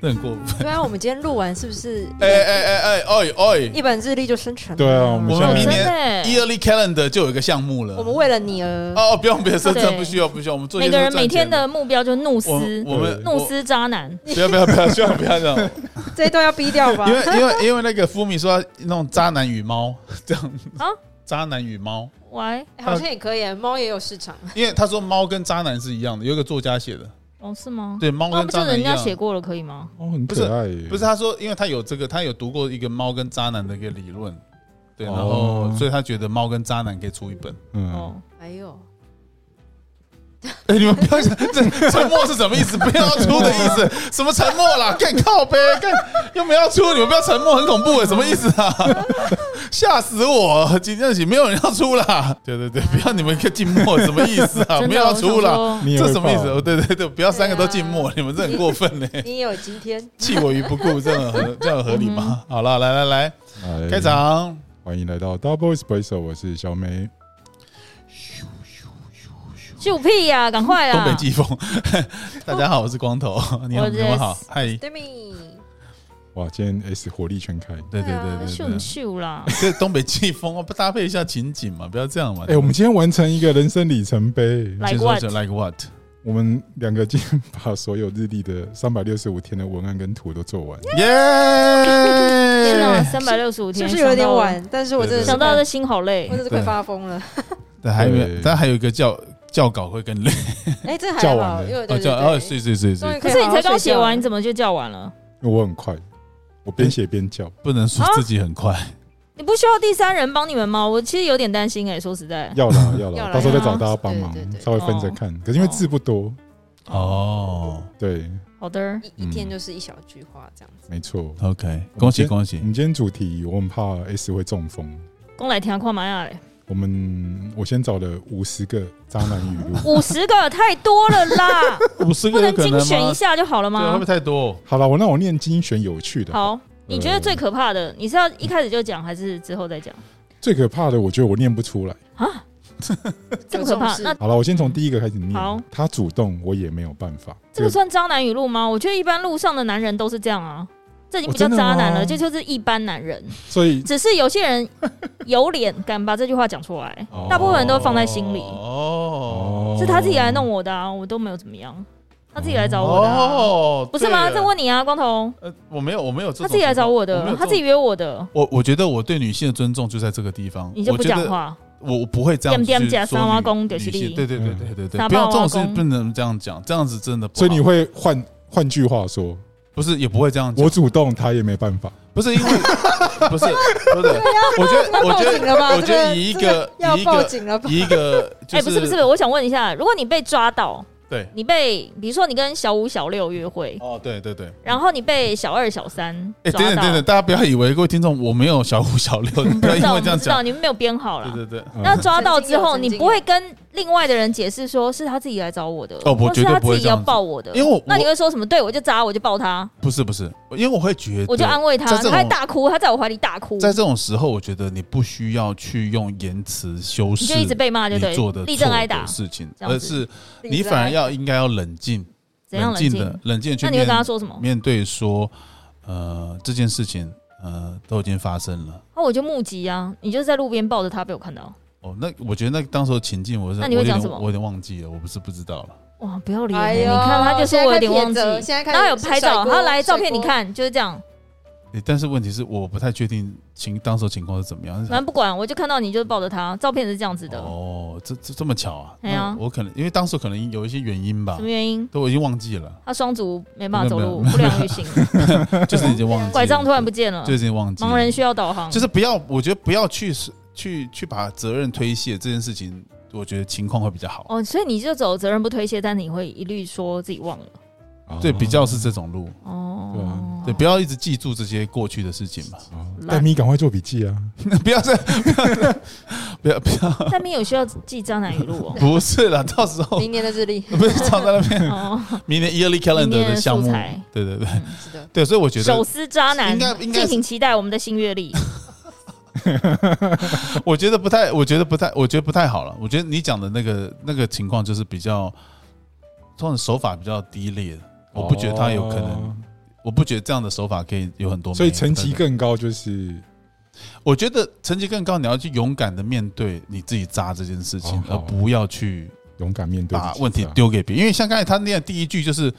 那很过分。对啊，我们今天录完是不是哎哎哎哎，哎哎，一本日历就生成？对啊我们我哦现在们明真的年欸 yearly calendar 就有一个项目了。我们为了你而哦，不用，别真的对不需要，不需要。我们做一每些个人赚每天钱的目标就怒我撕，我们怒我撕渣男，不要不要不要，千万不要这 样，这一段要逼掉 吧因？为因为因为那个福米说要那种渣男与猫 这样啊渣男与猫，喂，哎好像也可以，猫也有市场。因为他说猫跟渣男是一样的，有一个作家写的，哦是吗？对，猫那跟不渣就男一人家样。写过了可以吗？哦，很不是可爱耶，不是他说，因为他有这个，他有读过一个猫跟渣男的一个理论，对，然后、哦所以他觉得猫跟渣男可以出一本。嗯，哦，哎 呦，哎、你们不要想，这沉默是什么意思？不要出的意思？什么沉默啦？干靠呗，干又没有要出，你们不要沉默，很恐怖哎，什么意思啊？吓死我！今天起没有人要出啦。对对对，不要你们一个静默，什么意思 啊？真没的有要我出想啦。说你也这会什么意思？爆哦，对对对，不要三个都静默，你们这很过分呢， 你也有今天。弃我于不顾，这样合这样合理吗？好了，来来来，来开场。哎啊欢迎来到 Double Espresso，我是小梅。秀屁呀，赶快东啊！北季风， 大家好，我是光头，你好，我是你们好 S，嗨，对咪，哇，今天 S 火力全开。对对对对秀对！你，秀啦这东北季风，不搭配一下情景嘛，不要这样嘛。哎，我们今天完成一个人生里程碑， Like 先说 what？就 like what？我们两个今天把所有日历的三百六十五天的文案跟图都做完。 是啊，耶！三百六十五是天，不是有点想到晚？但是我真的是想到这心好累我。真的是快发疯了。但还有对，但还有一个教教稿会更累，哎，这叫还完好，了因为哦对教对哦，对，是是是终于是，可可以是你好好才刚睡写觉完，你了怎么就叫完了？因为我很快，我边写边叫。不能说啊自己很快。你不需要第三人帮你们吗？我其实有点担心哎，说实在，要啦要要啦，啦到时候再找大家帮忙对对，对稍微分着看。可是因为字不多，哦对，好的，一一嗯天就是一小句话这样子。没错。 ，OK，恭喜我们今恭我喜们今天主题我很怕 S 会中风，公来听看玛呀嘞，。我们我先找了五十个渣男语录五十个太多了 啦，五十不个有能可精能选吗一？下就好了对，会不吗会？太多？好了，我那我念精选有趣的。，嗯好，你觉得最可怕的，你是要一开始就讲，还是之后再讲？最可怕的，我觉得我念不出来。啊，这有么可怕种？事那好了，我先从第一个开始念。好，他主动，我也没有办法。这个算渣男语录吗？我觉得一般路上的男人都是这样啊，这已经哦比较真的渣男了，吗这就是一般男人。所以只是有些人有脸敢把这句话讲出来，大部分人都放在心里。哦是他自己来弄我的啊，我都没有怎么样，他自己来找我的啊、哦，不是吗？对这问你啊，光头，呃，我没有，我没有这种他自己来找我情况的，他没有这种自。己约我的，我我觉得我对女性的尊重就在这个地方，你就不讲，话，我我不会这样去点点加说三挖女公女就是性你对对对对对对，三不要挖这种事挖公不能这样讲，这样子真的不好。嗯所以你会换换句话说，不是也不会这样讲我，主动，他也没办法。不是因 为不是不是，啊我觉得我报觉警了吧？得我觉这得个以一这个要以一报个警了吧？以一个 哎、就不是不是，不是我想问一下，如果你被抓到，对你被比如说你跟小五、小六约会，哦对对对，然后你被小二、小三哎抓等等到，等等，大家不要以为各位听众我没有小五小六，你 不要知因道为我这样们知道讲，你们没有编好对了。对对，那嗯，抓到之后，曾经有你不会跟另外的人解释说是他自己来找我的，哦我或绝是对他不会自己这要样子抱我的。因为我那你会说什么？对我就扎，我就抱他，不是不是，因为我会觉得我就安慰他，在这他种还大哭，他在我怀里大哭，在这种时候，我觉得你不需要去用言辞修你饰，就一直被骂，就对你做的，立正挨打，事情，这样而子是你反而要应该要冷静，怎样冷静静？的冷静的去那你会面跟他说什么？面对说，呃，这件事情呃都已经发生了。那我就目击啊，你就是在路边抱着他被我看到，哦，那我觉得那当时候情境，我是那你我会有点讲什么我有点忘记了，我不是不知道了。哇，不要脸哎欸！呦你看他就说我有点忘记，现在开始谴责现在开始然后有甩拍照，锅他来照甩片锅你看，就是这样，诶但是问题是，我不太确定情当时候情况是怎么样。反正不管，我就看到你就是抱着他，照片是这样子的，哦，这这这么巧啊！哎呀那我可能因为当时可能有一些原因吧什么，原因？都我已经忘记 了，他双足没办法走路没，不良 于行，就是已经忘记了。拐杖突然不见了，就已经忘记了盲人需要导航，就是不要，我觉得不要去去去把责任推卸这件事情，我觉得情况会比较好。哦，所以你就走责任不推卸，但你会一律说自己忘了。哦对，比较是这种路，对啊哦，对，不要一直记住这些过去的事情嘛， 哦。烂戴咪赶快做笔记啊！不要 再不要不要。但没有需要记渣男语录哦 不是啦，到时候明年的日 历不是藏在那 边，哦，明年 yearly calendar 明年的的项目素材，对对对是的，对，所以我觉手得，撕渣男应该，应该敬是请期待我们的新阅历。我觉得不太，我觉得不太，我觉得不太好了。我觉得你讲的那个那个情哦哦况就是比较，通常手法比较低劣的，我不觉得他有可能。我不觉得这样的手法可以有很多美，所以层级真的更高就是我觉得层级更高，你要去勇敢的面对你自己渣这件事情，哦好而不要去勇敢面对自己啊把问题是吧丢给别人。因为像刚才他念的第一句就是，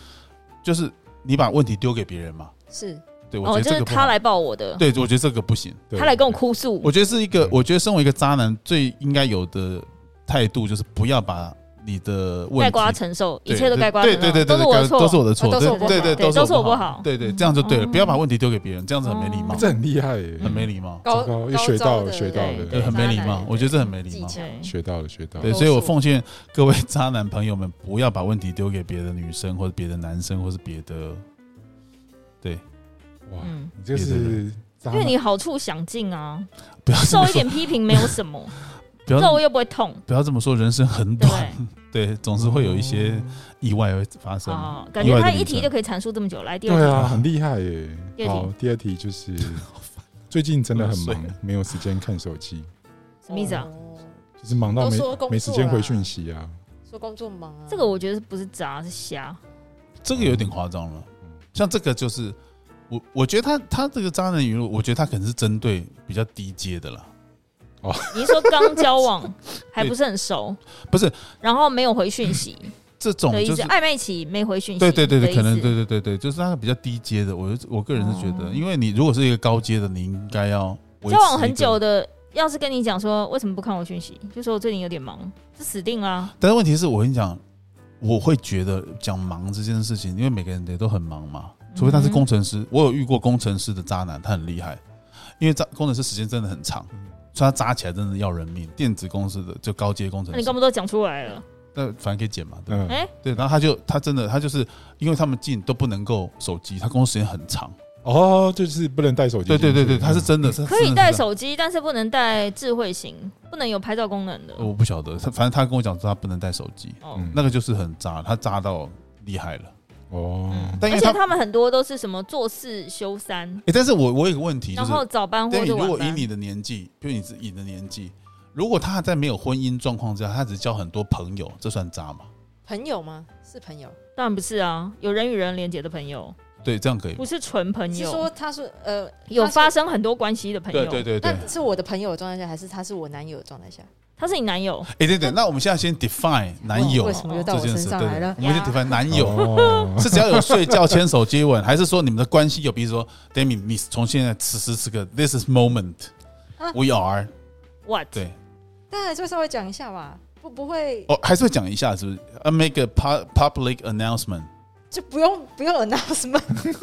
就是你把问题丢给别人嘛。是对，我觉哦，得就这是个不他好。来抱我的，对，我觉得这个不行。对他来跟我哭诉，我觉得是一个嗯，我觉得身为一个渣男最应该有的态度就是不要把你的问盖题瓜承受，一对切都盖瓜承对受，对对对，都是我的错，都是我的错，啊都是我不对对好对，对都都是是我我不不好好，对对，这样就对了，嗯不要把问题丢给别人，这样子很没礼貌哦，这很厉害耶，很没礼貌，高糟糕又高学到招了的学到了对，很没礼貌，我觉得这很没礼技貌。巧对学到了学到了对，投所以我诉奉劝各位渣男朋友们，不要把问题丢给别的女生，或者别的男生，或是别的。哇，嗯，你这是渣因为男你好处想尽啊，不要这受么一说，点批评没有什么，不肉要又不会痛，不要这么说，人生很对不短， 对？对， 总是会有一些意外会发生。哦，感意外觉的他旅一题程就可以阐述这么久。来第对二啊，很厉害耶。第二题好，第二题就是最近真的很忙，没有时间看手机，什么意思啊？哦就是忙到都没说工作啊没时间回啦讯息啊。说工作忙啊，题，这个我觉得不是渣是瞎，这个有点夸张了嗯，像这个就是我，我觉得他他这个渣男语录，我觉得他可能是针对比较低阶的啦。你是说刚交 往还不是很熟，不是然后没有回讯息这种的意就思，是暧昧期没回讯息，对对对的对，意思可能对对对对，就是那个比较低阶的，我我个人是觉得，哦因为你如果是一个高阶的，你应该要维交持往一很个久的，要是跟你讲说为什么不看我讯息，就说我最近有点忙，这死定啦、但是问题是我跟你讲，我会觉得讲忙这件事情，因为每个人也都很忙嘛，除非嗯他是工程师。我有遇过工程师的渣男，他很厉害，因为渣工程师时间真的很长，嗯所以他渣起来真的要人命。电子公司的就高阶工程那你师干，嘛都讲出来了？那反正可以减嘛，对吧嗯，哎对。然后他就他真的他就是因为他们进都不能够手机，他工作时间很长。哦，就是不能带手机对进去。对对嗯对，他是真的是可以是真的带。是这样手机，但是不能带智慧型，不能有拍照功能的。我不晓得，他反正他跟我讲说他不能带手机，哦，嗯那个就是很渣，他渣到厉害了。哦，但因嗯而为且他，他们很多都是什么做事休三，诶但是我我有一个问题，就然是后早班但或你者如晚果以班。你的年纪，比如你自己的年纪，如果他在没有婚姻状况之下，他只交很多朋友，这算渣吗？朋友吗？是朋友。当然不是啊，有人与人连接的朋友，对，这样可以吗？不是纯朋你是说友，他是呃有发？他是生很多关系的朋友。对对对对。那是我的朋友的状态下，还是他是我男友的状态下？他是你男 友，哎，对对，那我们现在先 define 男友哦为什么又到这我件身事，上对来了对，我？们先呀 define 男友。 哦是只要有睡觉、牵手、接吻，还是说你们的关系有？比如说，Demi，你从现在此时此刻，this is moment，we 啊 are， what？对，但还是会稍微讲一下吧，不不会哦，还是会讲一下，是不是呃？Make a pu- public announcement，就不用不用 announcement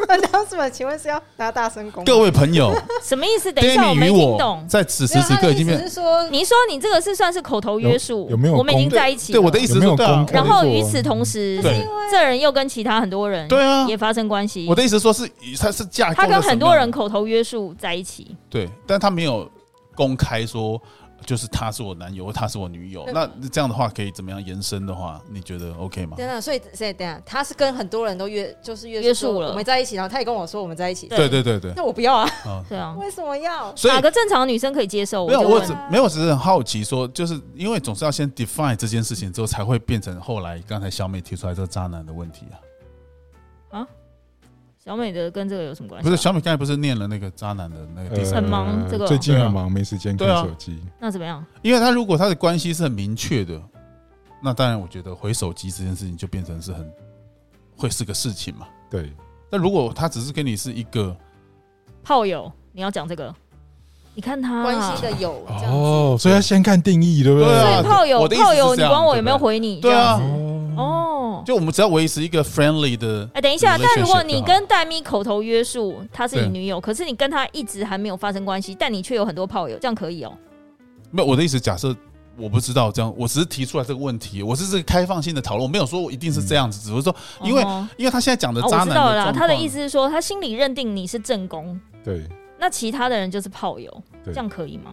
announcement，请问是要拿大声公吗？各位朋友什么意思？等一下，我，Demi 没与听我懂。在此没时有此他刻的已经意变思是说你说你这个是算是口头约束，有有没有我们已经公在一起对了我的意思有没是有对啊公开然后与过此同时，对因为这人又跟其他很多人对啊，也发生关系我。的意思说是，他是架构他的跟很多什么样人口头约束在一起，对，但他没有公开说，就是他是我男友，他是我女友。那那这样的话可以怎么样延伸的话，你觉得 OK 吗？等等，所以所以等一下，他是跟很多人都约，就是约约说束了我们在一起，然后他也跟我说我们在一起，对对对对， 那我不要啊，啊，对啊，为什么要？所以哪个正常的女生可以接受？没有，就我问只问啊没有，我只是很好奇说，就是因为总是要先 define 这件事情之后，才会变成后来刚才小美提出来这个渣男的问题啊。小美的跟这个有什么关系？啊不是，小美刚才不是念了那个渣男的那个第呃三很忙这个最近很忙，没时间看对啊手机。那怎么样？因为他如果他的关系是很明确的，那当然我觉得回手机这件事情就变成是很会是个事情嘛。对，但如果他只是跟你是一个炮友，你要讲这个？你看他关系的有这样子，哦，所以要先看定义，对不对啊对？炮友我的意思是炮友，这你样管我有没有回你？对不对这样子哦，哦。就我们只要维持一个 friendly 的，哎，等一下， relationship 但如果就你好跟黛咪口头约束，她是对你女友，可是你跟她一直还没有发生关系，但你却有很多炮友，这样可以哦？没有我的意思，假设我不知道这样，我只是提出来这个问题，我是这个开放性的讨论，我没有说我一定是这样子，只是说，因为哦因为他现在讲的嗯哦渣男我知的道了啦，状况他的意思是说，他心里认定你是正宫，对，那其他的人就是炮友，对这样可以吗？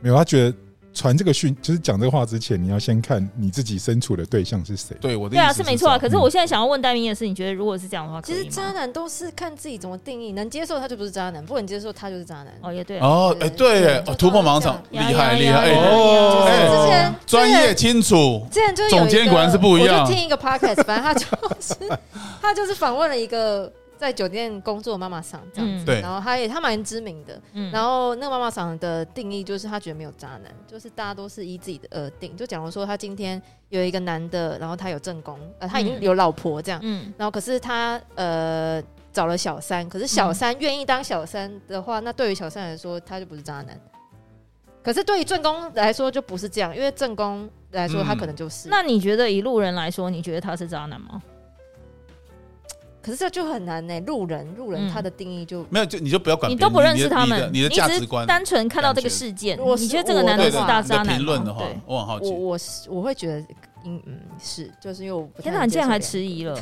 没有，他觉得传这个讯，就是讲这个话之前，你要先看你自己身处的对象是谁。对我的意对思啊，是没错啊。这样嗯可是我现在想要问戴明的是，你觉得如果是这样的话，其实可以吗渣男都是看自己怎么定义，能接受他就不是渣男，不能接受他就是渣男。哦也对啊，哦，哎，对对耶，哦突破盲场，厉呀害呀厉呀害，呀哎呀哦就是之哎前专业清楚，之前就是有一个总监果然是不一样 我就听一个 podcast，反正他就是他就是访问了一个在酒店工作的妈妈桑这样子，嗯对然后她也她蛮知名的，嗯然后那个妈妈桑的定义就是她觉得没有渣男，就是大家都是依自己的而定，就假如说她今天有一个男的，然后他有正宫，呃，他已经嗯有老婆这样，嗯然后可是他呃找了小三，可是小嗯三愿意当小三的话，那对于小三来说，他就不是渣男。可是对于正宫来说就不是这样，因为正宫来说嗯他可能就是。那你觉得以路人来说，你觉得他是渣男吗？可是这就很难呢、欸路人路人嗯他的定义就、没有就你就不要管你别人，都不认识的他你们的，你的只价值观，单纯看到这个感觉事件，如果你是觉得这个我男的的对是话大你渣的男吗？哦评论的话对，我很好我奇。我是我会觉得嗯嗯是，就是因为我不太天哪，能你接竟受然别还人迟疑 了，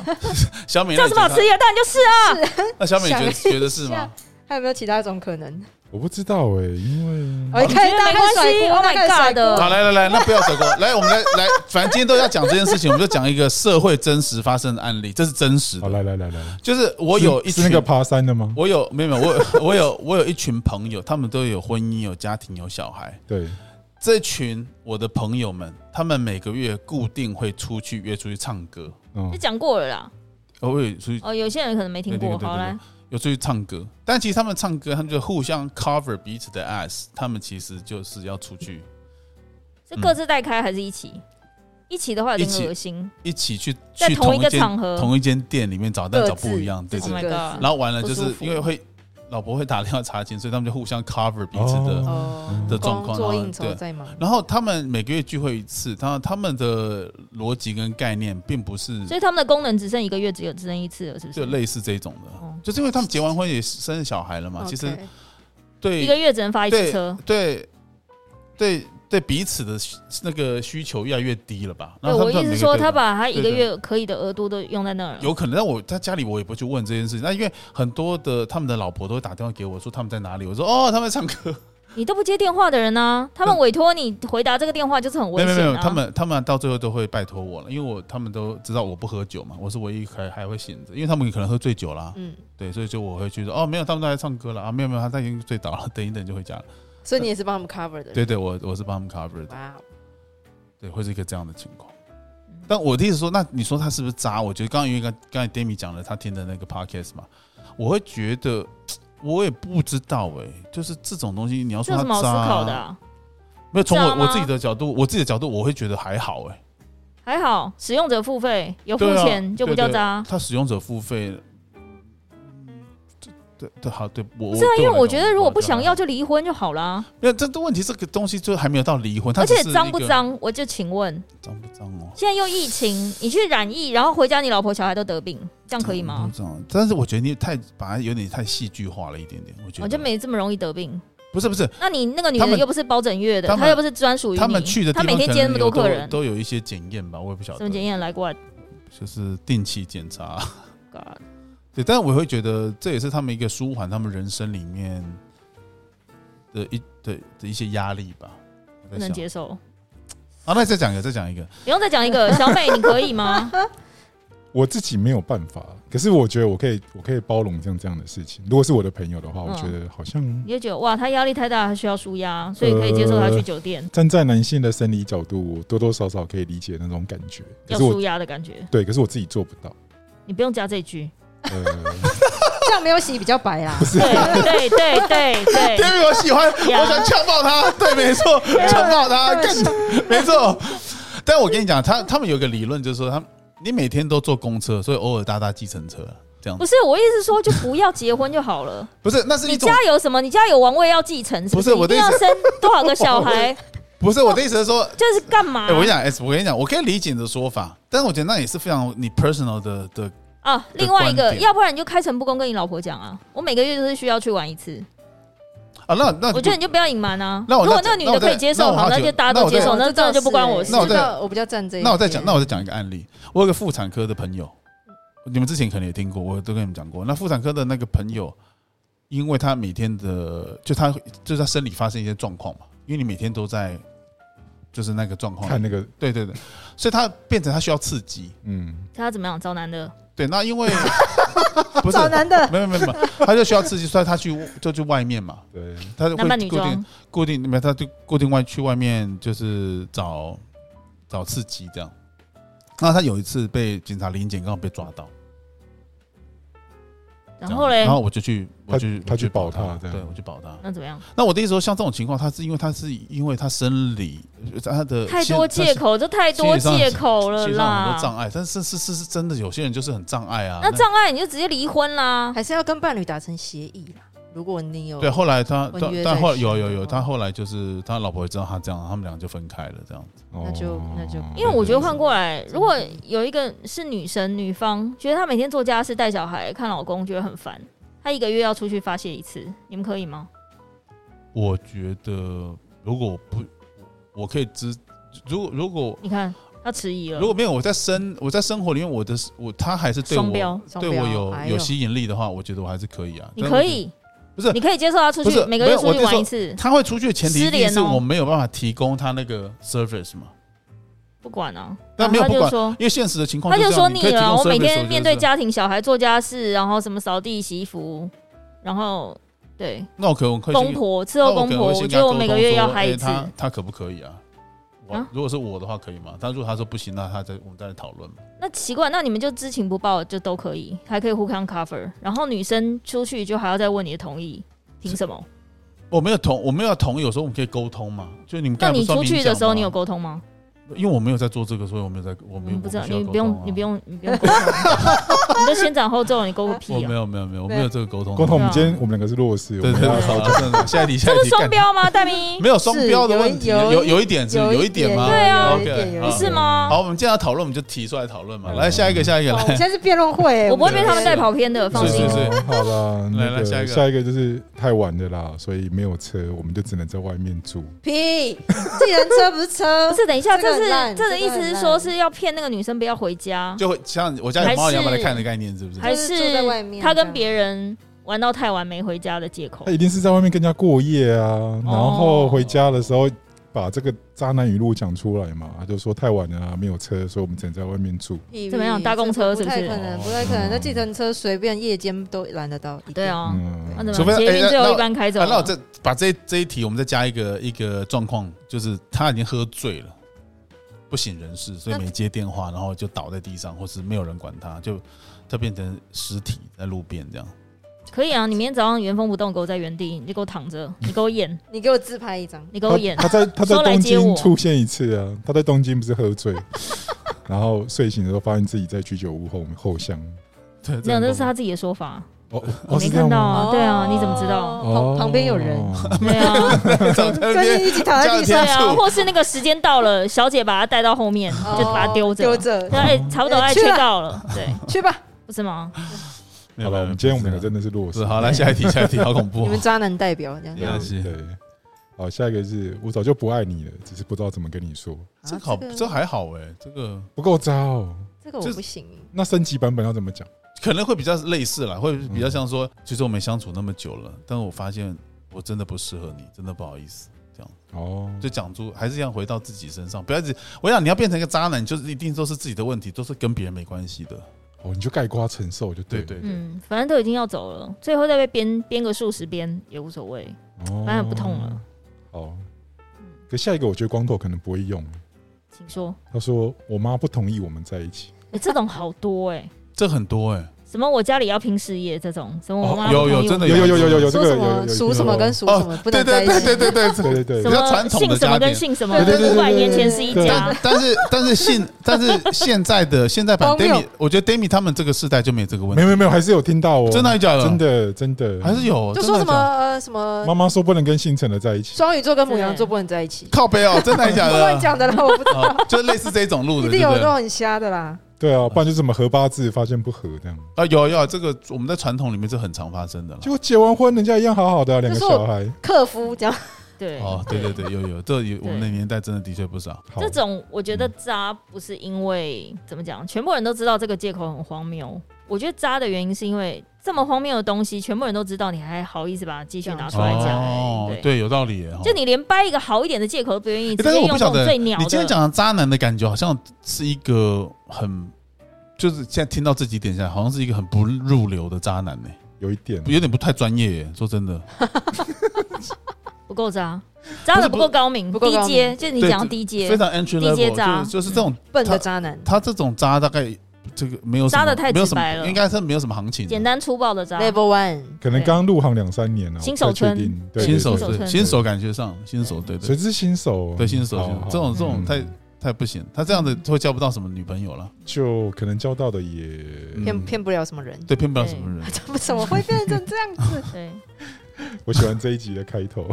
小美这有什么好迟疑的？当然就是啊，那那小美觉得想觉得是吗？还有没有其他一种可能？我不知道哎、因我为一看哦觉得大没家关甩系锅，Oh 大家 my 甩 god 锅好，来来来，那不要甩锅， 来，我们来来，反正今天都要讲这件事情，我们就讲一个社会真实发生的案例，这是真实好的。来来来来来，就是我有一是群是那个爬山的吗？我有没有没有我我有我有一群朋友，他们都有婚姻、有家庭、有小孩。对，这群我的朋友们，他们每个月固定会出去约出去唱歌，嗯就，讲过了啦。偶尔出去哦，有些人可能没听对过，对对嗯好对来，有出去唱歌，但其实他们唱歌，他们就互相 cover 彼此的 ass，他们其实就是要出去是各自带开还是一起？一起的话有一起点恶心。一起去在去同一个间场合同一间店里面找，但各找不自一样，对自对 Oh 己对 my 各自 god！然后完了不就是舒服因为会老婆会打电话查寝，所以他们就互相 cover 彼此的。哦哦的状况工作然后应酬对在忙，然后他们每个月聚会一次，他他们的逻辑跟概念并不是所以他们的功能只剩一个月，只有只剩一次了，是不？就是类似这种的，哦就是因为他们结完婚也生小孩了嘛，其实 OK 对一个月只能发一次对车。对对对彼此的需那个需求越来越低了吧？对，然后我们意思每个是说，月他把他一个对对月可以的额度都用在那儿了。有可能，但我在家里我也不去问这件事情。那因为很多的他们的老婆都会打电话给我说他们在哪里，我说哦他们在唱歌，你都不接电话的人呢、他们嗯委托你回答这个电话就是很没危有没险、啊。有没有，他们他们到最后都会拜托我了，因为我他们都知道我不喝酒嘛，我是唯一还还会醒着，因为他们可能喝醉酒啦，嗯，对，所以就我会去说哦没有他们都在唱歌了啊没有没有他已经醉倒了， 等一等就回家了。所以你也是帮他们 cover 的人，对对，我我是帮他们 cover 的，哇哦，对，会是一个这样的情况。嗯但我的意思说，那你说他是不是渣？我觉得刚刚因为刚刚才 Demi 讲了他听的那个 podcast 嘛，我会觉得我也不知道哎、就是这种东西你要这说他有什么好思渣，考的啊、没有从渣我吗我自己的角度，我自己的角度我会觉得还好哎、还好使用者付费，有付对啊钱就不叫渣。他使用者付费，嗯对对对好对，我不是啊，因为我觉得如果不想，要对就离婚就好啦。我来讲没啊有这这问题，这个东西就还没有到离婚，它而且只是脏不一个？脏，我就请问，脏不脏哦？现在又疫情，你去染疫，然后回家你老婆小孩都得病，这样可以吗？脏不脏？但是嗯我觉得你太把它有点太戏剧化了一点点，我觉得哦我就没这么容易得病。不是不是，那你那个女他的们又不是包整月的，他们她又不是专属于你。他们去的地她方每天接那么多可客能有人，都都有一些检验吧，我也不晓什么检得，验来过来就是定期检查。 God 对，但我会觉得这也是他们一个舒缓他们人生里面的一对的一些压力吧。不我在能想，接受。啊，那再讲一个，再讲一个，不用再讲 一个，小美你可以吗？我自己没有办法，可是我觉得我可以，我可以包容像这样的事情。如果是我的朋友的嗯话，我觉得好像你就觉得哇，他压力太大，他需要舒压，所以可以接受他去酒店、站在男性的生理角度，我多多少少可以理解那种感觉。呃可要是我舒压的感觉。对，可是我自己做不到。你不用加这句， 呃，这样没有洗比较白 啦。对对对对 因对，为我喜欢， 呀我想呛爆 他，对，没错，呛爆他，干没错。但我跟你讲，他他们有个理论，就是说，他们你每天都坐公车，所以偶尔搭搭计程车，啊这样不子是我意思是说，就不要结婚就好了。不是，那是一你种家有什么？你家有王位要继承，是不不是是？我的一意定要思生多少个小孩？不是我的意思是说，就是干嘛哎、 我跟你讲，S，我跟你讲，我可以理解你的说法，但是我觉得那也是非常你 personal 的的，啊？另外一的个观，点要不然你就开诚布公跟你老婆讲啊，我每个月就是需要去玩一次。啊，那那我觉得你就不要隐瞒啊。那如我果那那个女的可以接那受，我好，那那我就大家那都我接受，哦那真的就不关我事那。我再知道我比较站这一边。那我再讲，那我再讲一个案例，我有个妇产科的朋友，你们之前可能也听过，我都跟你们讲过，那妇产科的那个朋友，因为他每天的就他就是他生理发生一些状况嘛，因为你每天都在就是那个状况，看那个，对对对，所以他变成他需要刺激，嗯，他怎么样？找男的？对，那因为 不是找男的，没有没有没有，他就需要刺激，所以他去就去外面嘛，对，嗯他就男扮会女固定装？固定没有，他就固定外去外面就是找找刺激这样。那他有一次被警察临检，刚好被抓到，然后嘞然，后我就去，我就他他去保他这样对我去保他。那怎么样？那我的意思说，像这种情况，他是因为他是因为他生理，他的太多借，口，这太多借口他了心理上很多啦。障碍，但是是是是真的，有些人就是很障碍啊。那障碍你就直接离婚啦。还是要跟伴侣达成协议啦。如果你有对，啊后来他婚但约但在后来先有有有，哦他后来就是他老婆也知道他这样，他们俩就分开了，这样子。哦那就那就因为我觉得对换过来，如果有一个是女生女方，觉得她每天做家事、带小孩、看老公，觉得很烦，她一个月要出去发泄一次，你们可以吗？我觉得如果不，我可以知，如果如果你看她迟疑了，如果没有我在生我在生活里面，我的我他还是对双标我对我有哎呦有吸引力的话，我觉得我还是可以啊。你但可我觉得以，不是你可以接受她出不是去每个月没有出我去就说玩一次，他会出去的前提失一定联是哦我没有办法提供他那个 service 嘛，不管啊。但没有然后不管，她就说。因为现实的情况她就就这是说样腻可以提供了，我每 service，天觉面得对是家庭、小孩做家事，然后什么扫地、洗衣服，然后对那我可能可以公先婆伺那候我公可能哦婆，会我先觉跟得他我沟每个通月要说孩哎一次。他他可不可以啊？我啊如果是我的话可以吗？但如果他说不行，那他再我们再来讨论嘛。那奇怪，那你们就知情不报就都可以，还可以互相 cover。然后女生出去就还要再问你的同意，凭什么？我没有同，我没有同意，有时候我们可以沟通嘛。就你们那刚才你不是说出去明的讲时候，吗你有沟通吗？因为我没有在做这个，所以我没有在，我没有嗯不知道，我需要你沟不用通，啊你不用，你不用沟通啊，你就先斩后奏，你沟个我屁哦没啊！有没有没有，我没有这个沟通。光头，我对啊们今天我们两个是弱势，我对们对对，啊要好了，算了下一题下这一不是题，双干标吗，戴咪？没有啊双标的问题，是有有有一点是有有一一点吗？点对啊有一点 OK，有一好点是吗？好，我们既然要讨论，我们就提出来讨论嘛。嗯来下一个，下一个，哦来现在是辩论会，我不会被他对们带跑偏的，放是心是。是哦好了，来那来下一个下一个就是太晚了啦，所以没有车，我们就只能在外面住。屁，自行车不是车 不，是，等一下，这个这很是烂这的这意个很思是烂说是要骗那个女生不要回家， 就会像我家有猫，你要不要来看的概念是不是？还就是是住在外面他这跟样别人玩到太晚没回家的借口哎他？一定是在外面跟人家过夜啊，哦然后回家的时候把这个渣男语录讲出来嘛，他就说太晚了啊，没有车，所以我们只能在外面住。屁怎么样屁搭公车这不是不太是可能，哦不太可能，那计程车随便夜间都拦得到，对，啊，嗯那，怎除么非办捷哎运那只有那一班开走啊，那我啊？这把这这一题，我们再加一个一个状况，就是他已经喝醉了，不省人事，所以那没接电话，然后就倒在地上，或是没有人管他，就他变成尸体在路边这样。可以啊，你明天早上原封不动给我在原地，你就给我躺着，你给我演，你给我自拍一张，你给我他演。他在他在说来东接我京出现一次啊，他在东京不是喝醉， 然后睡醒的时候发现自己在居酒屋后后巷。对，没有，真的那是他自己的说法，哦，我哦没是这样看到吗？哦啊。对啊，你怎么知道？旁旁边有 人，对啊，长哦 在那跟边你一起躺在这地对样上，天啊，助或是那个时间到了，小姐把他带到后面，就把他丢着，哦丢。着对，哎，差不多哎，去切了到了，对，去吧，不是吗？没有好了，我们今天我们两个真的是弱势是。好，来下一题，下一题，好恐怖 你哦们。渣男代表这样没。关系对，好，下一个是我早就不爱你了，只是不知道怎么跟你说，这啊好，这个这还好哎，这个不够渣哦。这个我这不行，那升级版本要怎么讲？可能会比较类似啦，会嗯比较像说，其实我们相处那么久了，但我发现我真的不适合你，真的不好意思。哦，就讲出还是一样回到自己身上，不要一直。我想你要变成一个渣男，就是一定都是自己的问题，都是跟别人没关系的。哦，你就盖瓜承受就对对对对，嗯，反正都已经要走了，最后再被编编个数十编也无所谓。哦反正不痛了。嗯哦，可下一个我觉得光头可能不会用。请说，他说我妈不同意我们在一起。哎，这种好多哎，这很多哎、什么我家里要拼事业这种，什么我妈哦有不同意有真的我有有有有有有这说个什有有么有属什么跟属什么不能在一哦对起，对对对。对对对什比较传么统的姓什家么跟庭姓什么，对对对对五百对年对前是一对家。但是但是现但是现在的现在版荒谬 Demi，我觉得 Demi 他们这个世代就没这个问题，没有没有没有，还是有听到哦，真的还是假的？真的真的还是有，就说什真的还是假么的呃什啊么妈妈说不能跟姓陈的在一起。双鱼座跟母羊座不能在一起，靠背哦，真的还是假我的？乱讲的啦，我不 知道，啊，就类似这种路的，一对定不有对那？种很瞎的啦。对啊，不然就什么合八字发现不合这样，啊，有有这个，我们在传统里面是很常发生的啦结。果结完婚人家一样好好的啊两个这是我小孩。哦克夫这样，对，哦，对对对，有有，这有我们那对年代真的的确不少。好这种我觉得渣不是因为怎么讲，全部人都知道这个借口很荒谬。我觉得渣的原因是因为这么荒谬的东西，全部人都知道，你还好意思把它继续拿出来讲？哦，对，对，有道理耶。哦就你连掰一个好一点的借口都不愿意，欸直但接是我用不这晓种得，最鸟你今天的。讲的渣男的感觉，好像是一个很，就是现在听到这几点下来，好像是一个很不入流的渣男呢、有一点有点不太专业、耶。说真的，不够渣，渣的不够高明，不够高明低阶，就是你讲对低阶非，常 entry 低阶 level，渣就是就是这种笨的渣男，他这种渣大概这个没有什么扎得太没有什直白么，了应该是没有什么行情的。简单粗暴的渣， Level One，可能刚入行两三年了，新手村不太确定对新手对对对新手感觉上新手对谁对是新手？对新手好新手好这种这种嗯太太不行，他这样子会交不到什么女朋友了，就可能交到的也嗯骗骗不了什么人。 对，骗不了什么人。怎么怎么会变成 这样子？对，我喜欢这一集的开 头。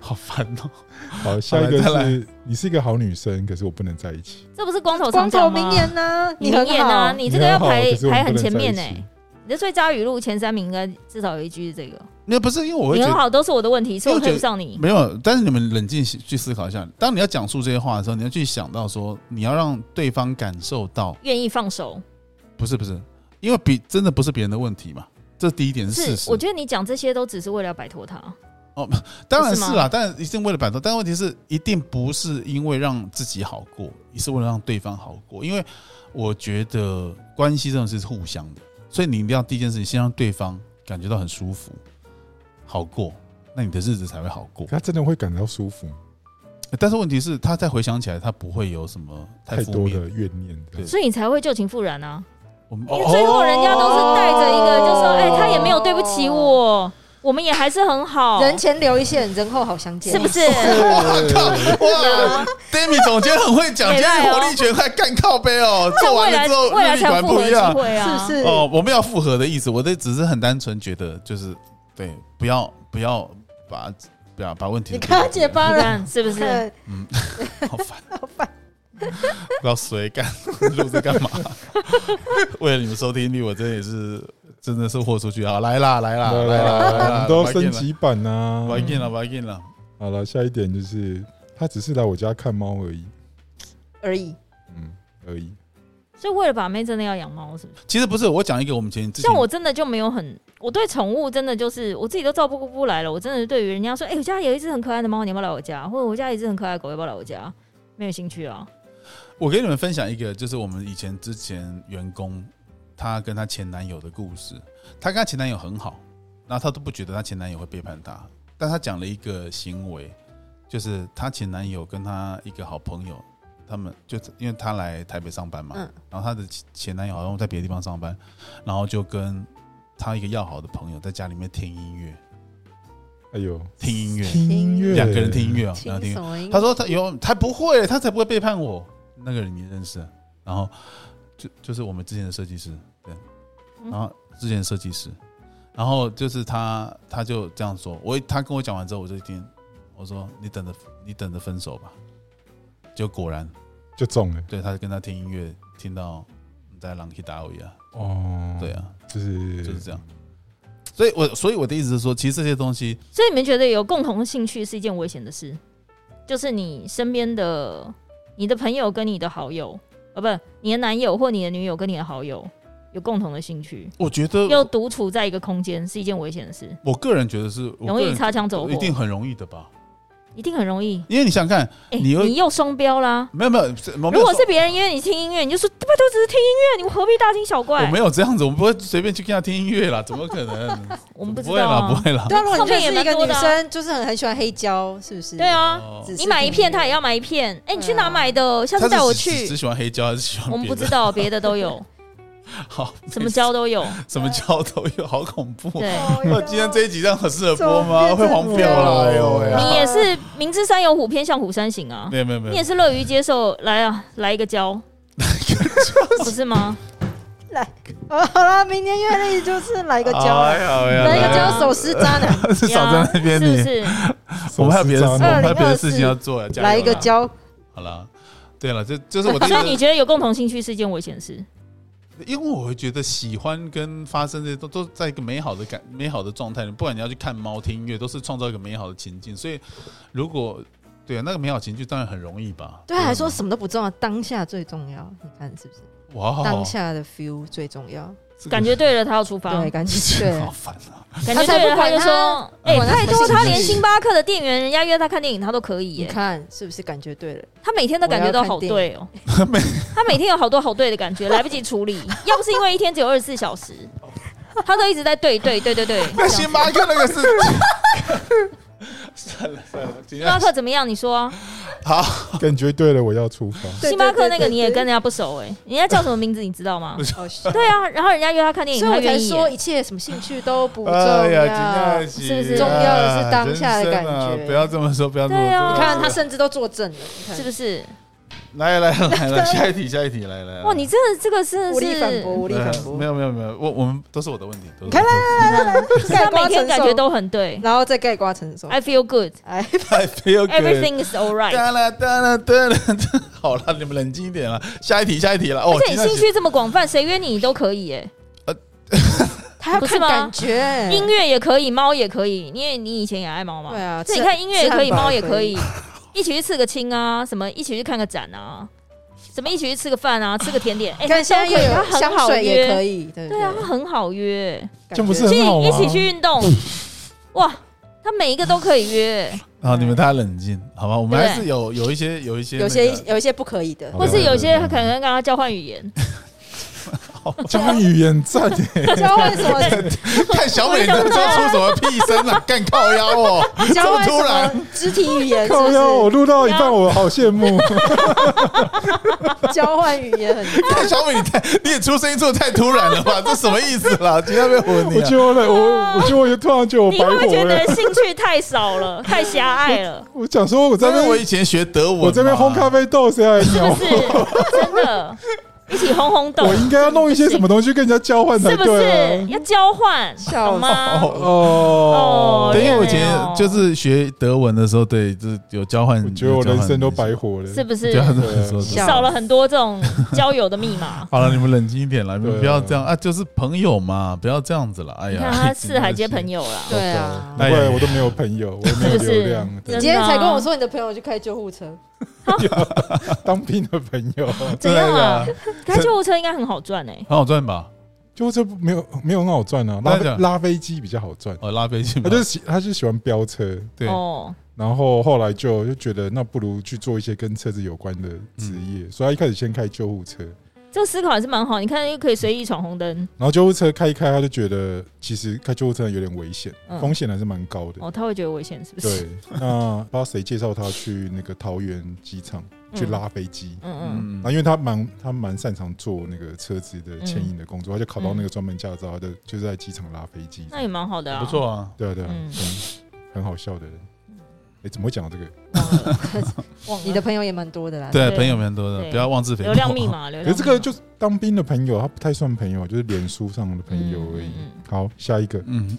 好烦哦！好，下一个好来再是你是一个好女生，可是我不能在一起。这不是光头光常头啊讲吗明？年呢？你很明眼啊，好，你这个要很好排可是我排们不能很前在一面欸起呢。你的最佳语录前三名应该至少有一句是这个，那不是因为我会你觉很得好，都是我的问题，是因为我我觉得配不上你。没有，但是你们冷静去思考一下，当你要讲述这些话的时候，你要去想到说，你要让对方感受到，愿意放手，不是不是，因为比真的不是别人的问题嘛，这第一点是事是实。我觉得你讲这些都只是为了要摆脱他，当然是吗是啦，当然一定为了摆脱，但问题是一定不是因为让自己好过，也是为了让对方好过。因为我觉得关系这种事是互相的，所以你一定要第一件事情先让对方感觉到很舒服，好过，那你的日子才会好过可。他真的会感到舒服，但是问题是，他再回想起来，他不会有什么太太负多面的怨念。对所以你才会旧情复燃啊。我们哦因为最后人家都是带着一个，就说，哎，他也没有对不起我，我们也还是很好，人前留一线，人后好相见，是不？是？ 哇，Demi 总监很会讲，美今天败哦火力全开干靠背哦，做未完来了之后未来日历才有馆复合不一机样。会啊，是不是？哦，我没有复合的意思，我的只是很单纯觉得就是对，不要不要把不要把问题你看他结巴你了，看是不是？看好烦， 好烦。不要随干 录这干嘛？ 为了你们收听率，我真的也是真的是豁出去啊！好来啦来啦来来啦来来来，我啦，们都升级版啊不！要硬了，不要硬了，好了，下一点就是他只是来我家看猫而已， 而已，嗯，而已。所以为了把妹，真的要养猫，是不是？其实不是，我讲一个我们前之前像我真的就没有很，我对宠物真的就是我自己都照顾不来了。我真的对于人家说，哎、我家有一只很可爱的猫，你要不要来我家？或者我家有一只很可爱的狗，要不要来我家？没有兴趣啊。我给你们分享一个，就是我们以前之前员工，她跟她前男友的故事。她跟她前男友很好，然后她都不觉得她前男友会背叛她，但她讲了一个行为，就是她前男友跟她一个好朋友，他们就因为她来台北上班嘛，嗯然后她的前前男友好像在别的地方上班，然后就跟她一个要好的朋友在家里面听音乐，哎呦，听音乐，听音乐，两个人听音乐啊，两个人听音乐听什么嗯音？他说他有，他不会，他才不会背叛我。那个人你认识啊，然后就就是我们之前的设计师，对，嗯然后之前的设计师，然后就是他他就这样说，我他跟我讲完之后，我就听，我说你等着你等着分手吧，就果然，就中了对他跟他听音乐听到你在朗 K 打我一样，哦。对，啊，就是就是这样。所以我所以我的意思是说，其实这些东西所以你们觉得有共同兴趣是一件危险的事，就是你身边的你的朋友跟你的好友，呃，不，你的男友或你的女友跟你的好友有共同的兴趣，我觉得又独处在一个空间是一件危险的事，我个人觉得是我容个易人擦枪走火，一定很容易的吧，一定很容易。因为你想想看，哎、你又你又双标啦。没有没有，是我没有如果说是别人约你听音乐，你就说对吧，都只是听音乐，你何必大惊小怪？我没有这样子，我们不会随便去跟他听音 乐啦，怎么可能？我们不知会道、啦，啊，不会啦。对啊，如果你认识一唱片也蛮个多女的啊生，就是很很喜欢黑胶，是不是？对，啊，哦只是你买一片，听他也要买一片。哎、你去对啊哪买的？下他次是带我只只只去。喜欢黑胶还是喜欢我们别不的知道，别的都有， 好什么胶都有。什么胶都有，好恐怖。对，那今天这一集这样很适合播吗？会怎么变成黄标啦！这样哎呦喂啊！你也是明知山有虎，偏向虎山行啊。没有没有没你有也，是乐于接受，来啊，来一个 胶，不是吗？来，哦好啦，明年月历就是来个胶哎啊啦，呀哎呀来哎个呀胶手啊撕渣男，是少在那边是不你，是？啊我们还有别的，我手们撕渣男还有别的事情要做， 啊加油啦来一个。胶，好了，对了，这就是我的意 所以你思。觉得有共同兴趣是一件危险 的事？因为我会觉得喜欢跟发生这些都都在一个美好的感美好的状态里，不管你要去看猫、听音乐，都是创造一个美好的情境。所以，如果对啊那个美好情境，当然很容易吧？对他来吗说什么都不重要，当下最重要。你看是不是？哇，当下的 feel 最重要。这个感觉对了，他要出发；对，感觉 对好。烦啊！感觉对了，他就说：“他才哎，不管他拜托，管他什么兴他趣连星巴克的店员，人家约他看电影，他都可以你耶。看是不是感觉对了？他每天都感觉到好对哦， 他每天有好多好对的感觉，来不及处理。要不是因为一天只有二十四小时，他都一直在对对对对对。那星巴克那个是， 算了算了，今星巴天克怎么样？你说啊、感觉对了，我要出发。对星巴克那个你也跟人对家不熟哎、人家叫什么名字你知道吗？ 对对对啊，然后人家约他看电影，所以他我才愿意说耶、一切什么兴趣都不重 哎呀，要。今天是不是重要的是当下的感觉人生啊不要这么说，不要这么对啊说。你看他是甚至都作证了，你看是不是？嗯来来来 来，下一题，下一题，来来。来哇，你真的这个真无的力反驳，是，无力反呃没驳。有没有没有，我我们都是我的问题。都是你看我的问他盖瓜每天承感觉受，都很对。然后再盖瓜承受。 I feel good, 哎，题 I feel good everything is alright。哒啦哒啦哒啦，哒好了，你们冷静一点了。下一题，下一题了。哦而，且今你天兴 趣这么广泛，谁约你都可以耶、他要不是看吗感觉。音乐也可以，猫也可以，因为你以前也爱猫嘛。嗯对啊所以吃你看音乐也可以，吃汉堡猫也也可可以以， 一起去刺个青啊，什么一起去看个展啊，什么一起去吃个饭啊，吃个 甜点。哎、你看现在又它有很香好水也可约，以，对不对啊，它很好约，感这不是觉所很以好嗯吗一起去运动，哇，它每一个都可以约，好，啊你们大家冷静，好吧？我们对还是有有一些有一些有那些个有一些不可以的好， 或是有些可能跟他交换语言， 张语言赞耶， 交换什么看小美能做出什么屁声啊？干靠腰哦， 这交么换突什然，么肢体语 言，是靠腰！不我录到一半，我好羡慕。是 交换语言很看小美你太你也出声音做的太突然了 吧？这什么意思啦？今天被混 我你啊觉得我冷我我觉得我突然觉得我你会不白欸会觉活得了。兴趣太 少了，太狭隘了？我想说，我在因为那我啊边以前学德文嘛，我这边烘咖啡豆，谁来是 鸟不？是？真的，一起轰轰斗，哦我应该要弄一些什么东西跟人家交换才是不对是啊。要交换？笑好吗？哦。哦对，因为我以对前哦就是学德文的时候，对，就是有交换，我觉得我人生都白有活了。是不是交换。对啊，对啊对啊？笑少了很多这种交友的密码 好了，你们冷静一点啦，你们对啊不要这样啊，就是朋友嘛，不要这样子了。哎你呀，看 他四海皆朋友啦，对啊。哎难呀怪我都没有朋 友，我也没有是不流是量，？对真的啊你今天才跟我说你的朋友去开救护车， 当兵的朋友，怎样啊真的？开救护车应该很好赚哎，很好赚吧？就这没有没有很好赚啊，拉真的假飞的拉飞机比较好赚。哦，拉飞机嘛，他就是喜他就喜欢飙车，对，哦，然后后来就就觉得那不如去做一些跟车子有关的职嗯业，所以他一开始先开救护车，这个思考还是蛮好。你看又可以随意闯红灯，然后救护车开一开，他就觉得其实开救护车有点危险，嗯风险还是蛮高的。哦，他会觉得危险是不是？对，那不知道谁介绍他去那个桃园机场去嗯拉飞机，嗯嗯，嗯啊，，因为他蛮他蛮擅长做那个车子的牵引的工作，他就考到那个专门驾照，他就就是在机场拉飞机。那也蛮好的啊，不。错啊。对啊对啊，嗯嗯很好笑的人。哎，怎么会讲到这个？忘了你的朋友也蛮多的啦。对，啊对朋友蛮多的，对不要妄 自菲薄。流量密码，流可量是密这码个就是当兵的朋友，他不太算朋友，就是脸书上的朋友而已嗯嗯嗯。好，下一个，嗯，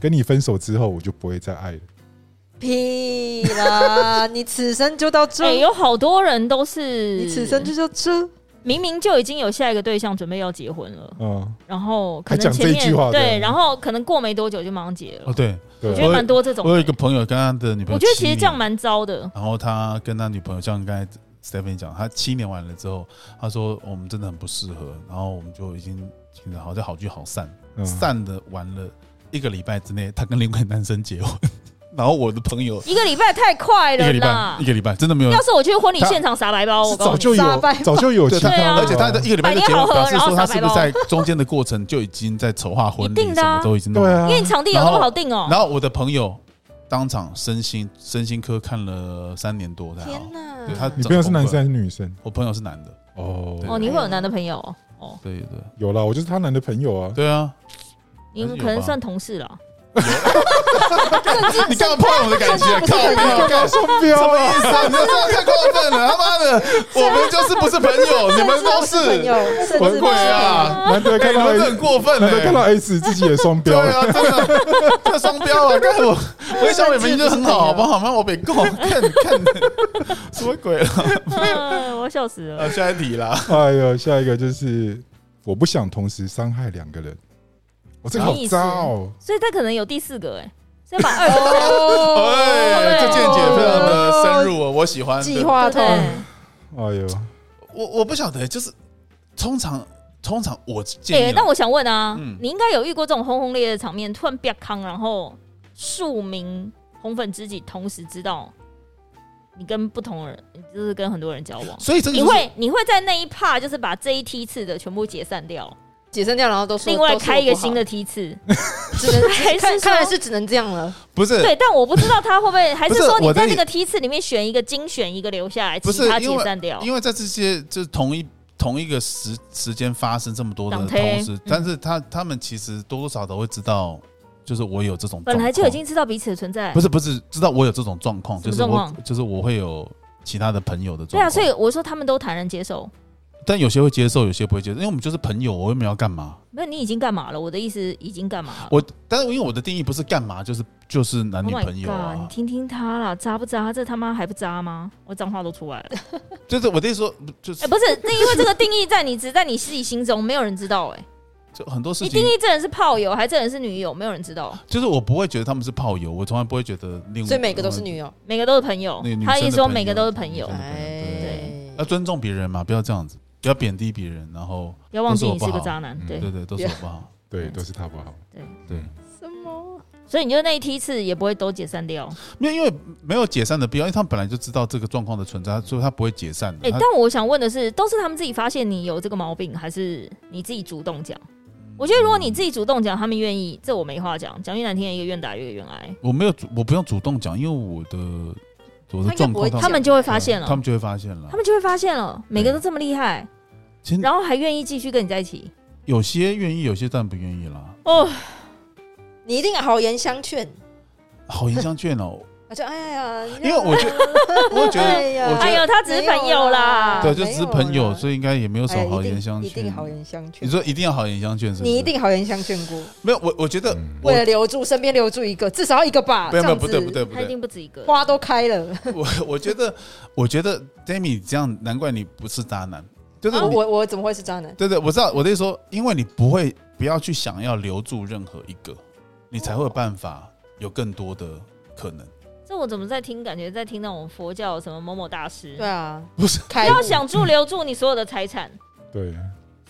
跟你分手之后，我就不会再爱了。屁啦！你此生就到哎，这，有好多人都是你此生就到这。明明就已经有下一个对象准备要结婚了，嗯，然后可还能讲前这一面句话对对，然后可能过没多久就马上结了哦，。对，我对觉得啊，蛮多这种的。我有一个朋友跟他的女朋友，我觉得其实这样，蛮糟的。然后他跟他女朋友，像刚才 Stephanie 讲，他七年完了之后，他说我们真的很不适合，然后我们就已经现在好像好聚好散，嗯散的完了一个礼拜之内，他跟另外一个男生结婚， 然后我的朋友一个礼拜太快一个了礼拜啦一！个礼拜真的没有要是我去婚礼现场撒白包，哦我是告早诉就你，撒有白包早就有对其他对啊的，而且他的一个礼拜就结百年好婚，表合示说他然后撒是白不包是在中间的过程就已经在筹划婚一礼，定的什啊么都已经弄对好。啊因为，你场地有那么好定哦然。后我的朋友当场身心身心科看了三年多才好，天哪啊对！他你朋友是男生还是女生？我朋友是男的，哦对哦，你会有男的朋友哦哦，对对有啦，我就是他男的朋友啊。对啊，你们有吧可能算同事了。你干嘛破坏我的感情啊？靠背啊，干什么双标啊！意思啊？你这样太过分了！他妈的，我们就是不是朋友，你们都是朋是友， 甚滚至不滚是朋友啊！难得哎，看你到们这 S，很过分难得看到了。 S 自己也双对标了。啊，真的，这双标 啊！看我，我小美明明就很好，好不好吗？我被告，看看什么鬼啊了？ 哎我笑死了 呃啊，。下一题啦。哎呦，下一个就是我不想同时伤害两个人。我、这个什么好意思渣哦！所以他可能有第四个哎，所以把二个 哦哎，这见解非常的深入哦，我喜欢。计划对不通，对？哎呦，我我不晓得，就是通常通常我建哎议，啦，那我想问啊嗯，你应该有遇过这种轰轰烈烈的场面，突然啪康，然后数名红粉知己同时知道你跟不同人，就是跟很多人交往。所以这个你就是会你会在那一趴，就是把这一梯次的全部解散掉，解散掉，然后都说另外开一个新，都的 梯次，说我不好只能 还是看说看来是只能这样了。不是对，但我不知道他会不会，还不是是说你我的在意这个梯次里面选一个精选一个留下来，不其是他因解为散掉。因为在这些就是同一同一个时时间发生这么多的党推同时嗯，但是他他们其实多多少少都会知道，就是我有这种本状来况就已经知道彼此的存在不，是不是知道我有这种状况，什就么是状我况就是我会有其他的朋友的状对啊，况，所以我说他们都坦然接受。但有些会接受，有些不会接受，因为我们就是朋友，我又没有要干嘛。那你已经干嘛了？我的意思已经干嘛了？我但是因为我的定义不是干嘛，就是就是男 Oh 女 my 朋友 God，你啊，听听他啦，渣不渣？这他妈还不渣吗？我脏话都出来了。就是我的意思说，就是、 哎、不是，那因为这个定义在你只在你自己心中，没有人知道、哎，就很多事你情定，义这人是炮友，还这人是女友，没有人知道。就是我不会觉得他们是炮友，我从来不会觉得另外，所以每个都是女友，每个都是朋友那个女，他一生的嗯说朋每个友都是朋友对，哎，要尊重别人嘛，不要这样子，不要贬低别人，然后不要忘记都是我你是不个好渣男，嗯对。对对，都是我不好，嗯对，都是他不好。对，什么？所以你就那一梯次也不会都解散掉。没有因为没有解散的必要，因为他们本来就知道这个状况的存在，所以他不会解散的。哎、他但我想问的是，都是他们自己发现你有这个毛病，还是你自己主动讲？嗯我觉得如果你自己主动讲，他们愿意，这我没话讲。讲句难听的，一个愿打一个愿挨，我没有主，我不用主动讲，因为我的我的状况，他应该不会他们就会发现了，他们就会发现了他。们就会发现了，每个都这么厉害，其实然后还愿意继续跟你在一起。有些愿意，有些当然不愿意啦。哦，你一定好言相劝。好言相劝 哦，我就哎呀，因因为我觉 得，我觉哎呀得，我觉 哎得，呦，他只是朋友啦。对，就只是朋啊没有友，啦所以应该也没有什哎么好言相一定一劝定。好言相你劝。说一定要好言相劝，是不是你一定好言相劝过，没有我，我觉得嗯我为了留住身边留住一个，至少要一个吧。没有没有啊这不样子对不，对不他一对， 定不止一个。花都开了。我我觉得我觉得 Demi 这样，难怪你不是渣男，就是啊你我我怎么会是渣男？对对，我知道我的意思说，因为你不会不要去想要留住任何一个，你才会有办法有更多的可能。这我怎么在听？感觉在听那种佛教什么某某大师。对啊，不是开不悟要想住留住你所有的财产，对，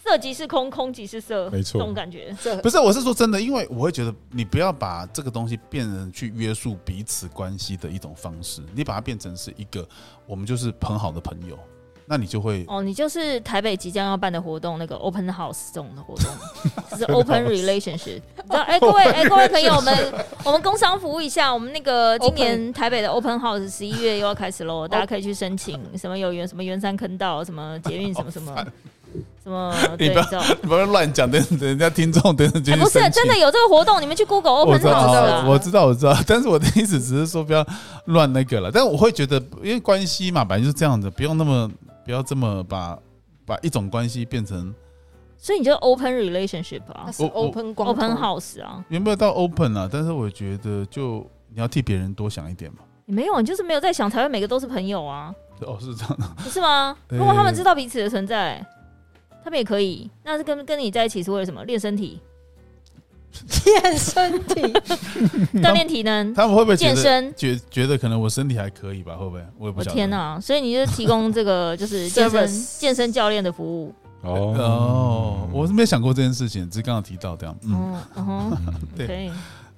色即是空，空即是色，没错这种感 觉。这不是，我是说真的，因为我会觉得你不要把这个东西变成去约束彼此关系的一种方式，你把它变成是一个我们就是很好的朋友，那你就会 哦，你就是台北即将要办的活动，那个 open house 这种的活 动，就是 open relationship。你知道，哎、各位，哎、各位朋友，我们我们工商服务一下，我们那个今 Open 年台北的 open house 十一月又要开始哦喽，大家可以去申请，什么有缘，什么圆山坑道，什么捷 运，什么什么什么，你对，你不要知 道。不要乱讲，等等人家听众等等就哎、去不是生气真的有这个活动，你们去 Google 我 Open 知道 House 啊，啊我知道，我知道，但是我的意思只是说不要乱那个了。但我会觉得，因为关系嘛，本来就是这样的，不用那么不要这么把把一种关系变成所以你就 open relationship 啊那是我我 open 光头，open house 啊，有没有到 open 啊？但是我觉得就你要替别人多想一点嘛。你没有，你就是没有在想，才会每个都是朋友啊。哦，是这样的， 不是吗？呃如果他们知道彼此的存在，他们也可以。那是跟跟你在一起是为了什么？练 身体、练身体，锻炼体能、他们会不会觉健得身。觉觉得可能我身体还可以吧？会不会？我也不晓我得。哦天哪、所以你就提供这个就是健身 Service 健身教练的服务。哦哦，，我是没有想过这件事情，只是刚刚提到这样。嗯，嗯嗯哼，可对，以，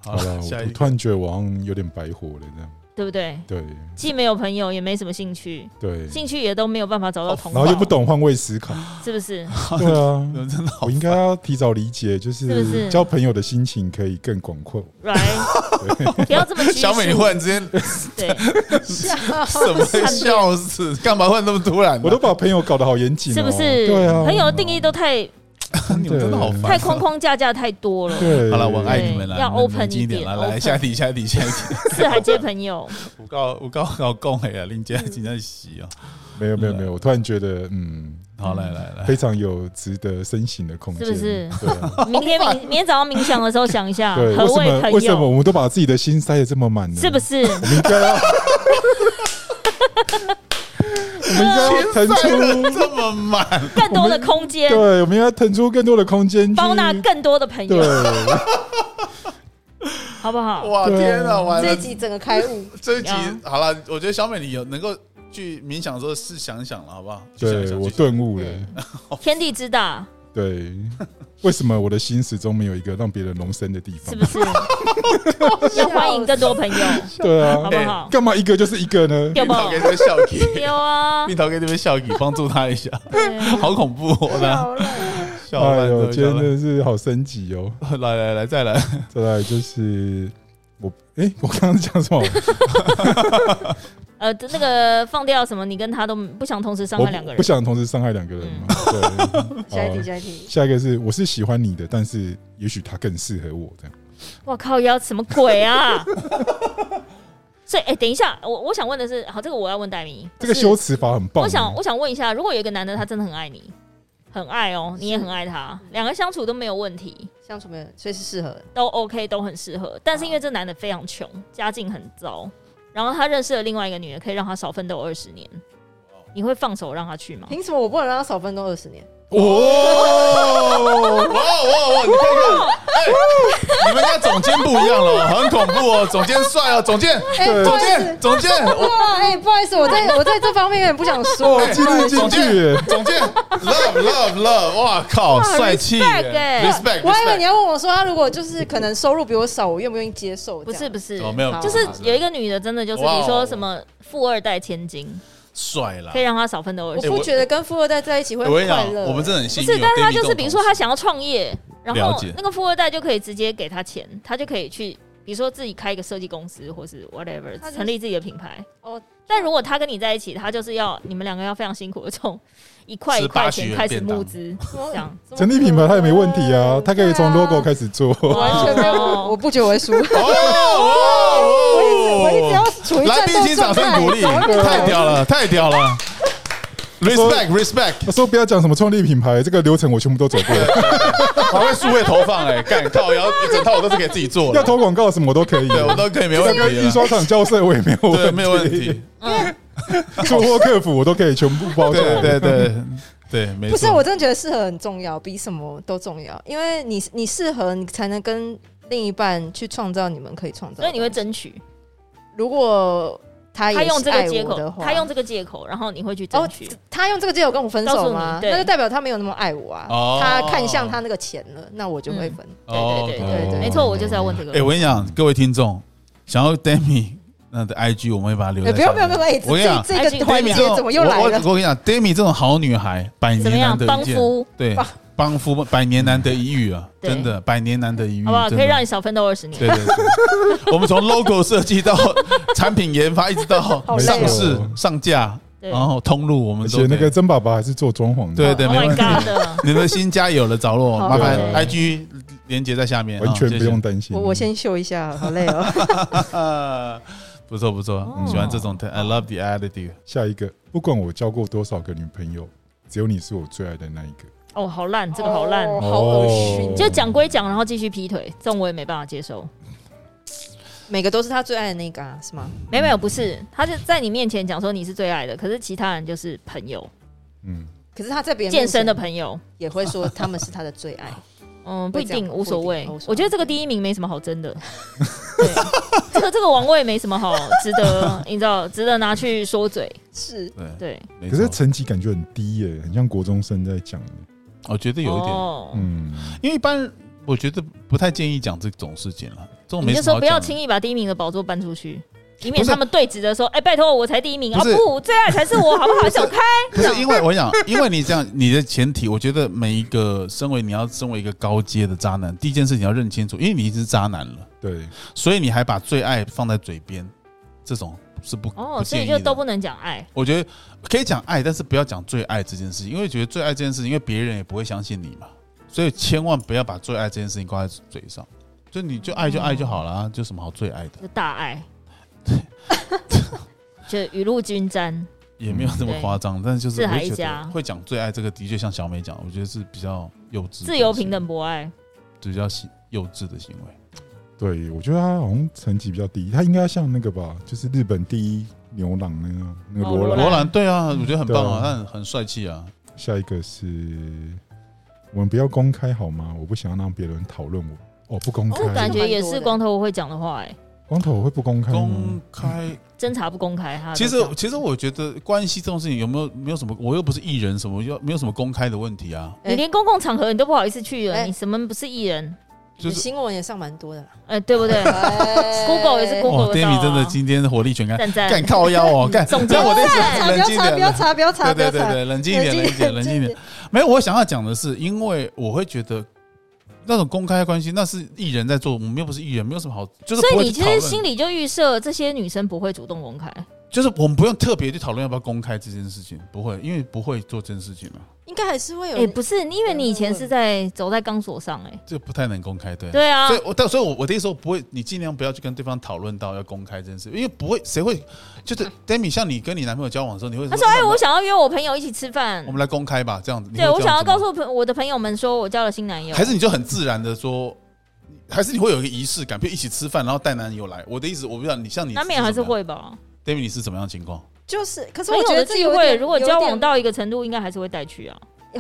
好好了，了，我下我一突个。然觉得我好像有点白活了，这样。对不对？对既没有朋友，也没什么兴趣，对，兴趣也都没有办法找到同然好，哦后又不，懂换位 思考，是不是？对啊。真的好我应该要提早理解，就是是不是交朋友的心情可以更广阔。 right，不 要这么拘束。小美，你忽然之间对， 怎么会笑死？干嘛会那么突然呢？我都把朋友搞得好严谨、哦，是不是？对啊，朋友的定义都太你们真的好烦。啊太框框架架太多了，对。好了，我爱你们了，对要你们 open 冷静一一点点了。来来， open 下一题，下一题，下一题。是还接朋友。我告我告我讲哎啊，林姐今天洗啊。没有没有没有，我突然觉得，嗯，好，来来来，非常有值得深省的空间，是不是对啊、 明天明明天早上冥想的时候想一下， 对，何为什么朋为什么友？我们都把自己的心塞得这么满呢？是不是？ 是？我们应该要，我们应该要腾出，这么满，更多的空间，对，我们应该腾出更多的空间去包纳更多的朋对友，，好不好？哇对啊天啊，完这了一！集整个开悟，这一集啊好了，我觉得小美你有能够去冥想的时候试想一想了，好不好？去想一对想我去想顿悟了，天地之大，对。为什么我的心始终没有一个让别人容身的地方是？ 不是？哦要欢迎更多朋友，对好啊不，好？干嘛一个就是一个呢？有蜜不桃哎给这边笑给， 有啊蜜，桃给这边笑给，帮助他一下，对啊好恐怖哦！了，笑哎烂呦，了，今笑天真烂的是好升级哦！了。来来来，再来，再来就是我，哎、我刚刚讲什么？呃，那个放掉什么，你跟他都不想同时 伤我害两个不人。嗯想同时伤害两个人嘛。对， 下一题，好下一题，下一个是我是喜欢你的，但是也许他更适合我这样。我靠，要什么鬼啊？ 所以，哎、等一下，我我想问的是，好，这个我要问戴明，这个是修辞法很棒。啊我想，我想问一下，如果有一个男的他真的很爱你，很爱哦，你也很爱他，两个相处都没有问题，相处没有，所以是适合的。都 OK，都很适合。但是嗯因为这男的非常穷，家境很糟，然后他认识了另外一个女的，可以让他少奋斗二十年，你会放手让他去吗？凭什么我不能让他少奋斗二十年？哦，哇哇哇！你看看，哎，你们家总监不一样了，很恐怖哦，总监帅哦，总监，哎、不总好意思监，，总监，我哇，哎、不好意思，我 在我在这方面有点不想说哦，。今日总金监句耶，总监，love love love，哇靠，帅气耶 respect 哎，respect，我还以为你 respect 要问我说，他如果就是可能收入比我少，我愿不愿意接受？不这是样不是，哦，没有，就是有一个女的真的就是哇哦你说什么富二代千金，帅啦可以。让他少奋斗二我十哎年。我不觉得跟富二代在一起会我跟很你啊快讲，乐、我们真的很不幸运是有，David 这种同事。但是他就是比如说他想要创业，然了后解那个富二代就可以直接给他钱，他就可以去，比如说自己开一个设计公司，或是 whatever，他就是成立自己的品牌。哦，但如果他跟你在一起，他就是要你们两个要非常辛苦的从一块一块钱开始募资，哦这样成立品牌他也没问题啊，他可以从 logo 开始做。完全没有，哦我不觉得 我会输。哦我一直哦我一直要处于来战宾，斗请掌状声态，啊鼓励，太屌了，太屌了，respect respect，他说不要讲什么创立品牌，这个流程我全部都走过，还会数位投放 哎，干靠腰一整套我都是给自己做要的，投广告什么我都可以。对我都可以没要问跟题印了，刷厂交涉我也没有问对题，没有问题，，做货客服我都可以全部包下对对来。对对，没不是，错我，真的觉得适合很重要，比什么都重要。因为你你适合，你才能跟另一半去创造你们可以创造的。所以你会争取。如果他也他是用这爱个我借口的，话他用这个借口，然后你会去争哦取。他用这个借口跟我分手告诉吗你？对那就代表他没有那么爱我啊。哦他看向他那个钱了，那我就会分。对对对对哦对，没错，我就是要问这个。哎，我跟你讲，各位听众，想要 Demi 那的 IG，我们会把它留嗯在，哎不用不用不用，哎，我跟你讲这这这个环 IG 环 Demi 节这节种，怎么又来我我了？我跟你讲，Demi 这种好女孩，百怎么年样，难得帮一见。夫对帮，帮夫百年难得一遇啊，对真的百年难得一遇，好不好？嗯真可的以让你少奋斗二十年。对对对，我们从 logo 设计到产品研发，一直到好累哦上市、上架，对然后通路，我们而都且可那以个曾爸爸还是做装潢的，对对 Oh 没 my 问题。 god 的。你们新家有了着落，好麻烦哦对 IG 连接在下面，啊完全哦不用。担心。嗯我我先秀一下，好累哦。谢谢 不错不错，哦喜欢这种的，I love the attitude。下一个，不管我交过多少个女朋友，只有你是我最爱的那一个。哦，好烂， 这个好烂。哦 好恶心哦。就讲归讲，然后继续劈腿，这种我也没办法接受。每个都是他最爱的那个啊，是吗？没有没有，不是，他是在你面前讲说你是最爱的，可是其他人就是朋友，嗯，可是他在别人健身的面前朋友，也会说他们是他的最 爱。嗯，不一会这定，样无所谓不一定无所谓。我觉得这个第一名没什么好 争的，对，这个这个王位没什么好值 得，你知道，值得拿去说嘴。是，对，对，没可是错成绩感觉很低耶，很像国中生在讲的。我觉得有一点，哦嗯，因为一般我觉得不太建议讲这种事情了，这种没你就什么说好不要讲的轻易把第一名的宝座搬出去。以免不是他们对峙的说：“哎，拜托，我才第一名啊！不是不，最爱才是我，好不好？走开！ 不是因为我想，因为你这样，你的前提，我觉得每一个身为你要身为一个高阶的渣男，第一件事情要认清楚，因为你已经是渣男了，对，所以你还把最爱放在嘴边，这种是不哦，不所以建就议都的。不能讲爱。我觉得可以讲爱，但是不要讲最爱这件事情，因为觉得最爱这件事情，因为别人也不会相信你嘛，所以千万不要把最爱这件事情挂在嘴上，就你就爱就爱就好了、嗯啊，就什么好最爱的，就大 爱，就雨露均沾。也没有这么夸张，但是就是四我海会一觉家得会讲最爱这个，的确像小美讲，我觉得是比较幼稚的行为、自由、平等、博爱。比较喜幼稚的行为。对，我觉得他好像成绩比较低，他应该像那个吧，就是日本第一牛郎那个那个哦罗罗兰。兰罗兰对啊，我觉得很棒啊，对啊他很很帅气啊。下一个是，我们不要公开好吗？我不想要让别人讨论我。哦，不公我开，感觉也是光头会讲的话、哎，光头会不公开公吗？开，侦查不公开，他其实其实我觉得关系这种事情有没有没有什么，我又不是艺人，什么又没有什么公开的问题啊。你连公共场合你都不好意思去了，哎你什么不是艺人？就是新闻也上蛮多的 啦。哎、对不对？Google 哎哎也是 Google 哦得到啊，Demi 真的今天火力全开，赞赞，干靠腰哦，干。总监但我在赞想，冷静不要点，查，不要查，不对要查，不对对要查。对，冷静一点，冷静一点，冷静一点。没有，我想要讲的是，因为我会觉得那种公开关系，那是艺人在做，我们又不是艺人，没有什么好，就是所不以会你去其讨实论心里就预设这些女生不会主动公哎开，就是我们不用特别去讨论要不要公开这件事情，不会，因为不会做这件事情嘛，应该还是会有哎、不是，因为你以前是在走在钢索上、哎，这个不太能公开，对。对啊所，以我，但所以我，我的意思说，不会，你尽量不要去跟对方讨论到要公开这件事，因为不会，谁会？就是 Demi，像你跟你男朋友交往的时候，你会嗯他说说，哎、那我想要约我朋友一起吃饭我，们来公开吧，这样子。你会对我这样想要子吗告诉朋我的朋友们说我交了新男友，还是你就很自然的说，还是你会有一个仪式感，比如一起吃饭，然后带男友来。我的意思，我不知道你像你难免还是会吧。 d a v i d 你是怎么样的情况？就是，可是朋我友觉的得这聚有会，点如果有交点往到一个程度，应该还是会带去啊。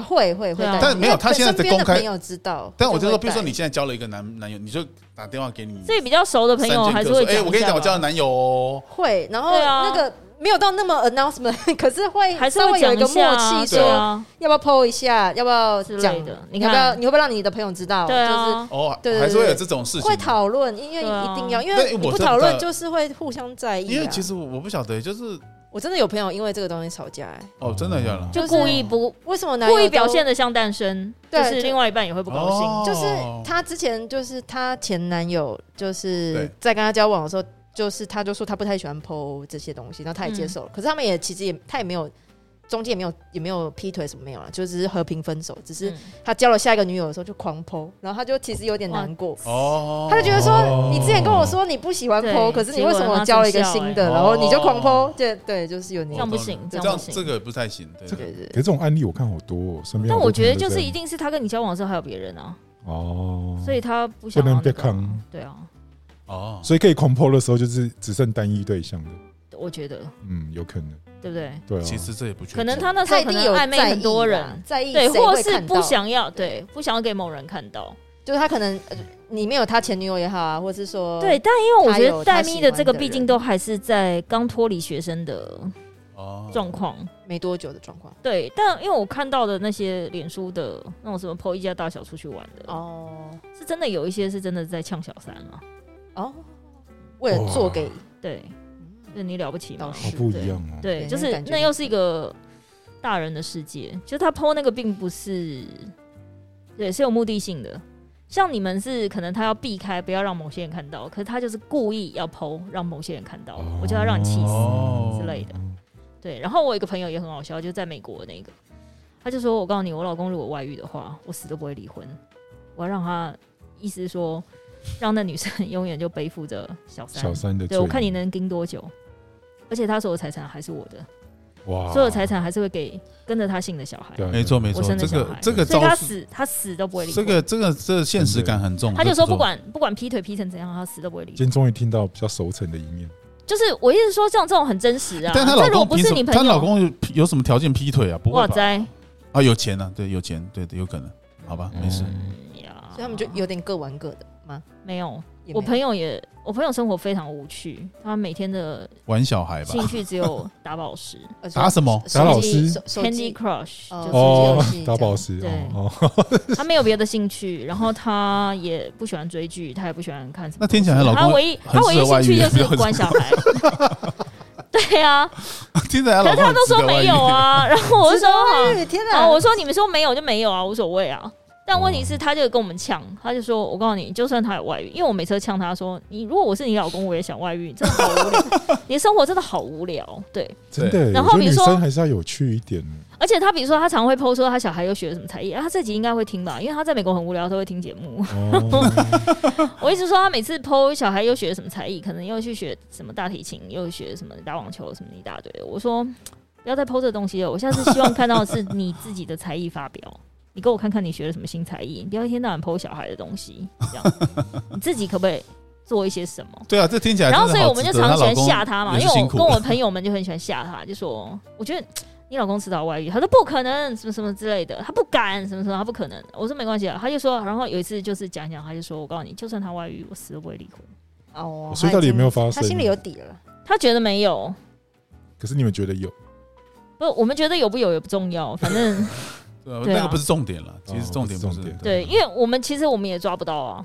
会会会对啊带，但没有他现在的身边公开朋友知道，但我就会说，比如说带你现在交了一个男男友，你就打电话给你所以比较熟的朋三剑友客还是说会哎、一下吧我跟你讲，我交了男友哦。会，然后对啊那个没有到那么 announcement，可 是会还是稍微会有讲一个一下啊默契，对说啊，要不要 PO 一下，要不要之类讲的你你要不要看你会不会让你的朋友知道？对就是啊，哦，对对对还是会有这种事情。会讨论，因为对啊一定要，因但为你我不真的讨论就是会互相在意、啊。因为其实我我不晓得，就是我真的有朋友因为这个东西吵架、哎，哦，真的有了。就就是故意不为什么男友故意都表现？的像单身，就对是就另外一半也会不高兴。哦就是她之前就是她前男友，就是对在跟她交往的时候，就是她就说她不太喜欢 PO 这些东西，然后她也接受了。嗯可是他们也其实也她也没有中间也没有也没有劈腿什么没有了，就只是和平分手。只是嗯她交了下一个女友的时候就狂 PO，然后她就其实有点难过。哦，他就觉得哦说，你之前跟我说你不喜欢对 PO，可是你为什么交了一个新结的，哎果然后你就狂哦 PO？对对，就是有我你这样不懂行了这这样不行这个不太行。对这对对可是这种案例我看好多、哦，身边但好多我觉得朋友就都是这一样定是他跟你交往的时候还有别人啊，哦，所以他不不想要能那被个啊坑，对啊，哦，所以可以狂破的时候就是只剩单一对象的，我觉得嗯，有可能，对不对？对啊，其实这也不确定可能他那时他候一可定能有暧昧在意很多啦人，在意，对，谁或会是看不到，想要，对，不想要给某人看到。就是他可能呃里面有他前女友也好啊，或是说对，但因为我觉得戴他有他喜咪欢的这个的毕人竟都还是在刚脱离学生的哦状况，没多久的状况对，但因为我看到的那些脸书的那种什么 PO 一家大小出去玩的，哦是真的有一些是真的在呛小三啊，哦，为了做给对，那你了不起吗老？好师不一样哦，对，对就那个是感觉那又是一个大人的世界，就他 PO 那个并不是，对，是有目的性的。像你们是可能他要避开，不要让某些人看到，可是他就是故意要 PO 让某些人看到，我就要让你气死。哦之类的对，然后我有一个朋友也很好笑，就在美国的那个，他就说：“我告诉你，我老公如果外遇的话，我死都不会离婚，我要让他，意思是说，让那女生 永远就背负着小三。小三的罪，对我看你能盯多久，而且他所有财产还是我的，哦哇，所有财产还是会给跟着他姓的小孩，对啊，没错没我错，生这的小个孩这个所以他招数，死他死都不会离这婚。个这个这个现实感很重。他就说不管。管不管劈腿劈成怎样，他死都不会离今婚。天终于听到比较熟成的一面，就是我一直说像这种很真实啊，但她这老如果公不凭是什你么？朋她友，老公有什么条件劈腿啊？不会哇吧？塞，啊，有钱啊，对，有钱，对对，有可能，好吧，没哦事。嗯呀所以他们就有点各玩各的吗？没有，也没有我朋友也，我朋友生活非常无趣，他每天的玩小孩吧兴，趣只有打宝石、呃手打什么？手打老机师手手 Candy 机 Crush，、哦手哦嗯机游戏， 打宝石，这样哦，哦他没有别的兴趣，然后他也不喜欢追剧，他也不喜欢看什么那东西。听起来她老他公唯一他很唯适一合外兴遇趣就不要是这管小孩。对啊， 听起来她老公可是他很都值得外说没遇有。啊，然后我就说好，哎天啊，哪！我说你们说没有就没有啊，无所谓啊。但问题是，他就跟我们呛，他就说：“我告诉你，就算他有外遇，因为我每次都呛他说，你如果我是你老公，我也想外遇，真的好 无聊，你的生活真的好无聊。”对，真的耶，然我后觉得比女如说生还是要有趣一点，而且他比如说，他常会 PO 说他小孩又学了什么才艺，啊，他这集应该会听吧，因为他在美国很无聊，都会听节目。 哦，我一直说他每次 PO 小孩又学了什么才艺，可能又去学什么大提琴，又学什么打网球什么一大堆的。我说不要再 PO 这东西了，我下次希望看到的是你自己的才艺发表。 你给我看看你学了什么新才艺，你不要一天到晚 PO 小孩的东西，这样你自己可不可以做一些什么？ 对啊，这听起来然后真所的以好我们就值得常喜欢老公吓他嘛，也是因为我辛苦跟我朋友们就很喜欢吓他，就说我觉得你老公迟早外遇，他说不可能，什么什么之类的，他不敢，什么什么他不可能。我说没关系啊，他就说，然后有一次就是讲一讲，他就说我告诉你，就算他外遇，我死都不会离婚。哦所以到底有没有发生他心里有底了。他觉得没有，可是你们觉得有？不，我们觉得有不有也不重要，反正 对啊对啊那个不是重点了，其实重点哦不不是是重点对，因为我们其实我们也抓不到啊，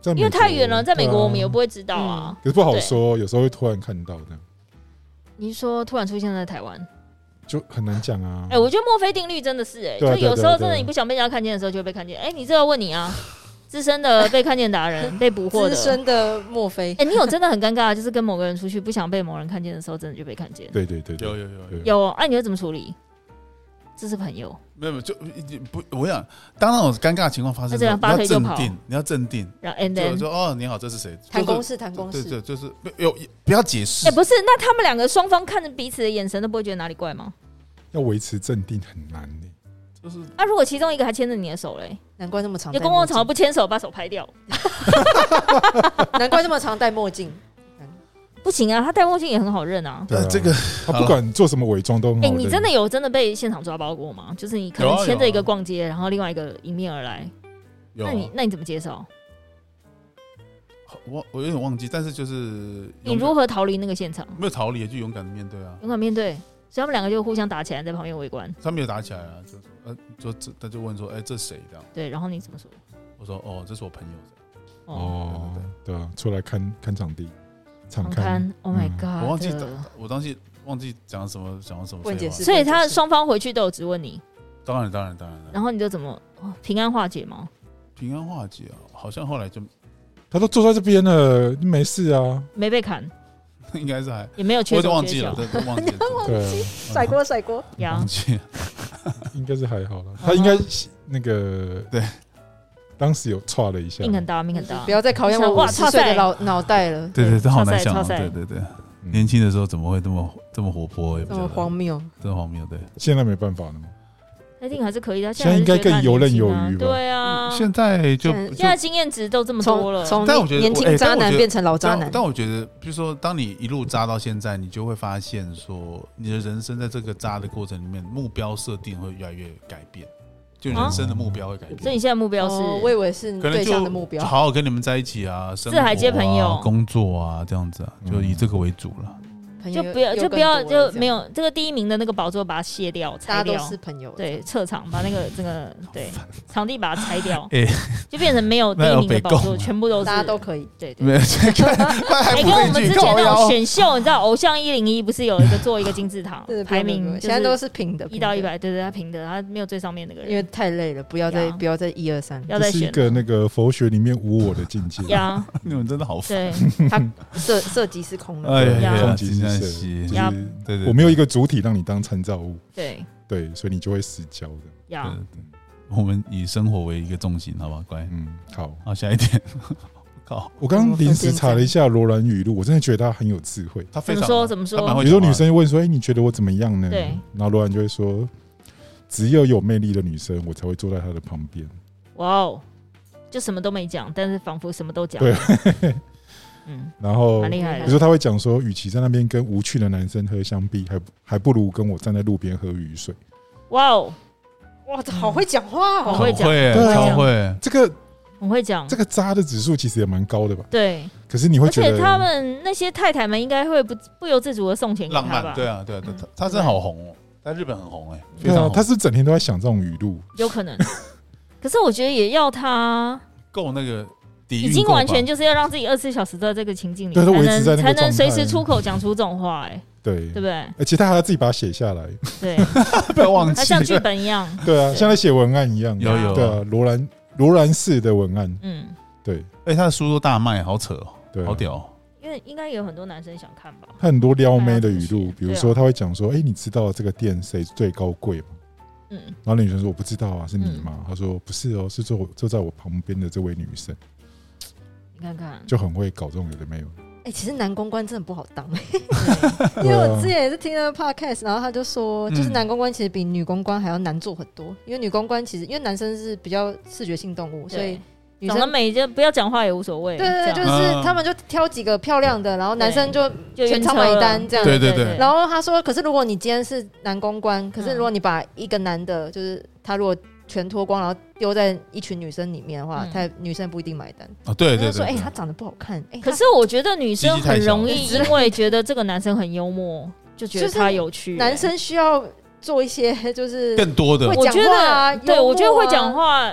在美因为国太远了，在美对国啊我们也不会知道嗯啊。可是不好说，有时候会突然看到的。你说突然出现在台湾，就很难讲啊。哎，我觉得墨菲定律真的是哎，对啊就对啊有时候真对啊的对啊你不想被人家看见的时候就会被看见。哎，你这要问你啊， 资深的被看见达人，被捕获资的。深的墨 菲，哎，你有真的很尴尬，就是跟某个人出去不想被某人看见的时候，真的就被看见。对对对对有有有有，对有，哎，你会怎么处理？这是朋友，没有没有就不，我想当那种尴尬情况发生的时候，那你这要镇样拔腿就定，你要镇定，然后 and 就 then 说哦，你好，这是谁？谈公事，事谈公对事，对，就是有有不要解释哎、，不是，那他们两个双方看着彼此的眼神都不会觉得哪里怪吗？要维持镇定很难欸呢。就是啊，如果其中一个还牵着你的手嘞，难怪那么长有戴公共墨场合镜，不牵手，把手拍掉， 难怪那么长戴墨嗯镜。不行啊，他戴墨镜也很好认啊。对啊呃这个他不管做什么伪装都很哎、好认。你真的有真的被现场抓包过吗？就是你可有能啊牵着一有个啊逛街，然后另外一个迎面而来，有那你那你怎么接受？我我有点忘记，但是就是你如何逃离那个现场？没有逃离，就勇敢的面对啊。勇敢面对，所以他们两个就互相打起来，在旁边围观。他没有打起来啊，就说呃，就这他就问说，哎、这谁这样？对，然后你怎么说？我说哦，这是我朋友。哦，哦，对啊，出来看看场地，场很看，Oh my 嗯 God！我忘记的打我当时忘记讲什么讲什么问废解话释。所以他双方回去都有质问你，当然当然当然，当然然后你就怎么、哦平安化解吗？平安化解啊，好像后来就 他都坐在这边了，你没事啊？没被砍，应该是还，也没有我缺有点手忘缺记了，脚对，对忘记了， 对对啊，甩锅甩锅，呀忘。记了。应该是还好 了。他应嗯该那个对，当时有岔了一下，命很大，命很大不。要再考验我哇五十哇岁塞的脑脑袋了，对对，这好难超想哦，帅超帅对对对，嗯年轻的时候怎么会这么这么活嗯泼？也不这晓得么荒，谬。这么荒谬，对。现在没办法了嘛。一定还是可以的，现在应该更游刃有余吧对啊，嗯现在就现在就现在经验值都这么多从了，从但我觉得年我轻哎渣但我男觉得变成老渣但男，但我觉得，比如说，当你一路扎到现在，你就会发现说，你的人生在这个扎的过程里面，目标设定会越来越改变，就嗯人生的目标会改所以变。你现在目标是哦我以为是可能对就象的目标。好好跟你们在一起啊，生活四海皆朋友嗯啊工作啊，这样子啊，就以这个为主了。朋就友不要又就更不多了要就这样没有这个第一名的那个宝座把它卸掉大家拆都掉，是朋友，对，撤场把那个这个对场地把它拆掉 哎，就变成没有第 那一有名的北宝贡座，啊全部都是大家都可以。对对。没有， 看他还补哎，跟我了们一之句前靠那种腰，选秀，你知道《偶像一零一》不是有一个做一个金字塔 对，排名，现在都是是平的，一到一平的，百，对对，他平的，他没有最上面那个因人，为太累了，不要再呀不要再一二三，啊要这再是一选啊个那个佛学里面无我的境界。 呀，你们真的好烦。对，射射击是空的，哎呀呀呀，冲击真是的谁是就呀是对对，我没有一个主体让你当参照物，对对，所以你就会死焦的。对。呀对，对我们以生活为一个重心，好不好？乖，嗯，好，好，下一点。 靠，我刚刚临时查了一下罗兰语录，我真的觉得他很有智慧。他非怎么常说怎么他蛮说？会比讲如说话女生就问说：“哎、你觉得我怎么样呢？”对，然后罗兰就会说：“只有有魅力的女生，我才会坐在她的旁边。哇哦，就什么都没讲，但是仿佛什么都 讲。对嗯，”然后哦蛮厉害比如的。说他会讲说：“与其在那边跟无趣的男生喝香槟，还还不如跟我站在路边喝雨水。哇哦，哇，这好会讲话好很哦，会会讲对啊超会”。这个很会讲这。个渣的指数其实也蛮高的吧？对，可是你会而觉且得他们那些太太们应该会不不由自主的送钱给浪他吧？漫，对啊，对啊，对啊嗯，他他真的好红哦，在日本很红哎，非对常啊，红他是不是整天都在想这种语录，有可 能。可是我觉得也要他够那个底蕴够已吧，经完全就是要让自己二十四小时都在这个情境里，对才他维持能在那个才能状态随时出口讲出这种话，哎，对对不对？而且他还要自己把它写下来，对， 不要忘他记像剧本一样，对啊，是像在写文案一样，有有对啊，罗兰罗兰式的文案，嗯，对哎，他的书都大卖，好扯哦，对啊，好屌哦，因为应该有很多男生想看吧？他很多撩妹的语录，比对啊如说他会讲说：“哎、你知道这个店谁最高贵吗嗯，？”然后那女生说：“我不知道嗯啊，是你吗？”他说：“不是哦，是坐我坐在我旁边的这位女生，你看看，就很会搞这种有的没有。哎，其实男公关真的不好当，啊对因为我之对啊前也是听了 podcast，然后他就说，嗯就是男公关其实比女公关还要难做很多，因为女公关其实因为男生是比较视觉性动 物，所以女长得生。美就不要讲话也无所谓，对对对，就这样嗯是他们就挑几个漂亮的，然后男生就就全晕场车了买单这样对对对然后他说，可是如果你今天是男公关，可是如果你把一个男的，就是他如果全脱光，然后丢在一群女生里面的话嗯，他女生不一定买单。啊，对对他就对说，哎，对他，长得不好看，哎，可他是我觉得女生很容易因为觉得这个男生很幽默，就觉得他有趣、男生需要做一些就是更多的会我觉讲话啊得，对幽默啊我觉得会讲话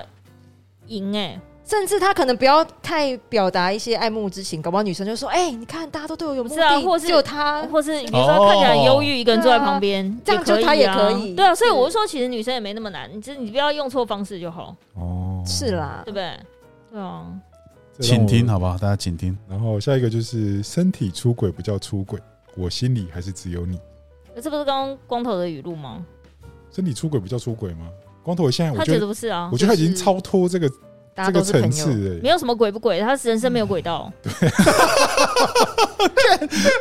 赢哎、甚至他可能不要太表达一些爱慕之情，搞不好女生就说：“哎、你看大家都对我有目是啊的，或是只有他。或是比如说她看起来很忧郁，一个人坐在旁边，这样就可以啊她也可以对啊，所以是我就说，其实女生也没那么难，你只你不要用错方式就好，哦”，是，啦对，不对？对啊，这让请我听好不好？大家请听，然后下一个就是身体出轨不叫出轨，我心里还是只有你。这不是刚刚光头的语录吗？身体出轨不叫出轨吗？光头，我现在我他觉觉得得，不是啊我，觉得他已经就是超脱这个大这家个都是层朋友。啊次没哎。有什么轨不轨，他人生没有轨道。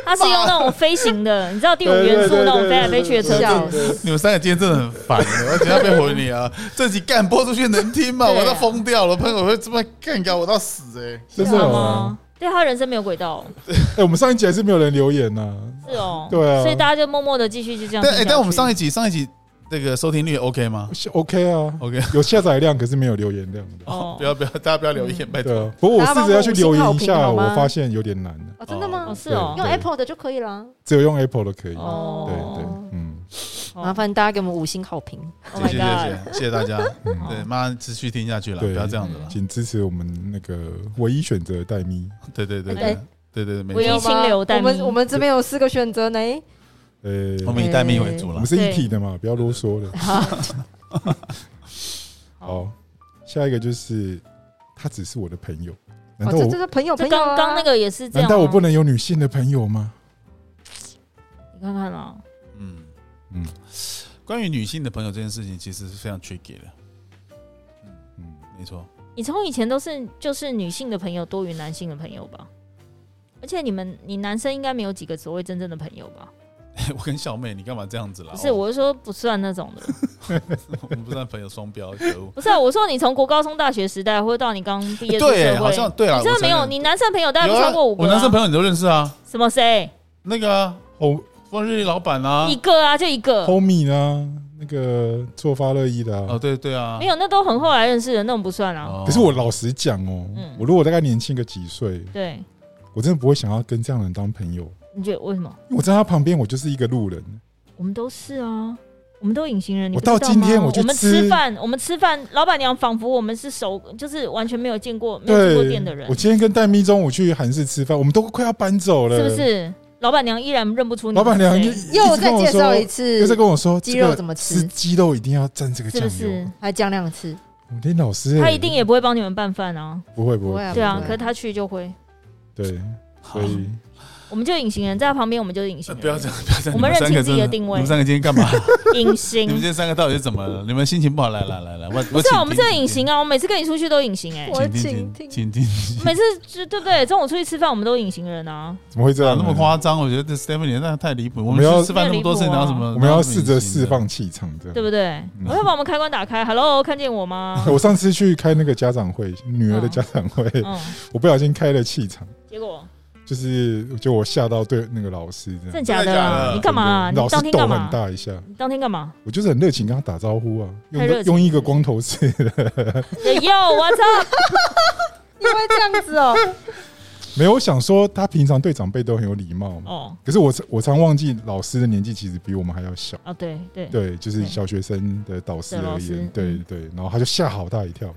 他是用那种飞行的，你知道第五元素那种飞来飞去的车笑子。死！你们三个今天真的很烦，我等下被回你 啊！这集干播出去能听吗？对啊我都疯掉了，朋友会这么干掉我到死哎、真知的道哦啊吗？对，他人生没有轨道，哎、我们上一集还是没有人留言呢、是哦。对啊所以大家就默默的继续就这样听但下哎、去。但我们上一集上一集那个收听率 OK 吗是 OK 啊， ？OK，有下载量，可是没有留言量的。哦不要不要，大家不要留言，拜对托。啊，不过我大家试帮着要去我们五星好留言一评下，好吗我发现有点难的，哦，真的哦吗哦，？是哦对用 Apple 的就可以了。只有用 Apple 的可以。哦对对，嗯，哦麻烦大家给我们五星好评。 Oh 谢谢 my god！哦谢谢谢谢大 家，嗯对，妈持续听下去了，不对要这样子了。请支持我们那个唯一选择戴咪。对对对哎对对对对，没唯一错，清流待我命们我们这边有四个选择呢。呃、我们以待命为主我了们。是一体的嘛， 不要啰嗦了。好好，下一个就是他只是我的朋友，难哦，道这我、这是朋友这朋友刚啊刚那个也是这样难啊。道我不能有女性的朋友吗？你看看啊，嗯嗯嗯，关于女性的朋友这件事情，其实是非常 tricky 的，嗯，没错。 你从以前都是就是女性的朋友多于男性的朋友吧？而且你们，你男生应该没有几个所谓真正的朋友吧？我跟小妹，你干嘛这样子啦？不是，我是说不算 那种的。我们不算朋友双标，可恶。不是、啊，我说你从国高中、大学时代，或者到你刚毕业出社对，会，好像对了，你真的没有，我承认你男生朋友大概有不啊超过五个、啊。我男生朋友你都认识啊，什么谁？那个啊后风日丽老板啊一，个啊，就一个。 homie 呢？那个做发热衣的、啊哦对对啊没，有，那都很后来认识的，那种不算啊。哦可是我老实讲哦、嗯我如果大概年轻个几岁，对，我真的不会想要跟这样的人当朋友，你觉得为什么？因为我在他旁边我就是一个路人。我们都是啊，我们都隐形人。你我不知道到今天吗我我去们吃吃饭，我们吃饭，老板娘仿佛我们是熟，就是完全没有见过、没有进过对店的人，，我今天跟戴咪中午去韩式吃饭，我们都快要搬走了，是嗯不？是？老板娘依然认不出你老们板是谁。娘又又再介绍一次，次又在，跟我说鸡这个肉怎么吃吃鸡肉一定要蘸这个是酱不油是。？还讲两次。我连老师欸她一定也不会帮你们拌饭啊。不会不不会会，啊对啊，对可是她去就会，对，所以我们就隐形人，在她旁边我们就是啊隐形人。哎不要这样， 不要这样。我们你三个认清自己的真定你位们三个今天干 嘛？隐你们今形。天三个到底是怎么了？你们心情不好？来来来来，我不我是请啊，我们听这个隐形，啊，我每次跟你出去都隐形哎、我请听，请请听听，每次就对不对？中午出去吃饭，我们都隐形人啊。怎么会这哪样那呢么？夸张？我觉得 Stephanie 那太离谱。我我们要们去吃饭那么多次，太离谱啊拿什么？我们要拿什么试着隐形释的。放气场，这对样。？不对？嗯我要把我们开关打开，Hello，看见我吗我上次去开那个家长会，女儿的家长会， 嗯，我不小心开了气场，结果就是就我吓到对那个老师这样真的。假真的的假的啊？你干嘛啊？真你的老师当天抖干很嘛？大一下，你当天干嘛？我就是很热情跟他打招呼啊，太热用情用一个光头式的，哟，我操！ 你会这样子哦？没有我想说他平常对长辈都很有礼貌嘛， 哦可是我我常忘记老师的年纪其实比我们还要小，啊，对对，对，就是对小学生的导师对老而师言，对嗯对，然后他就吓好大一跳，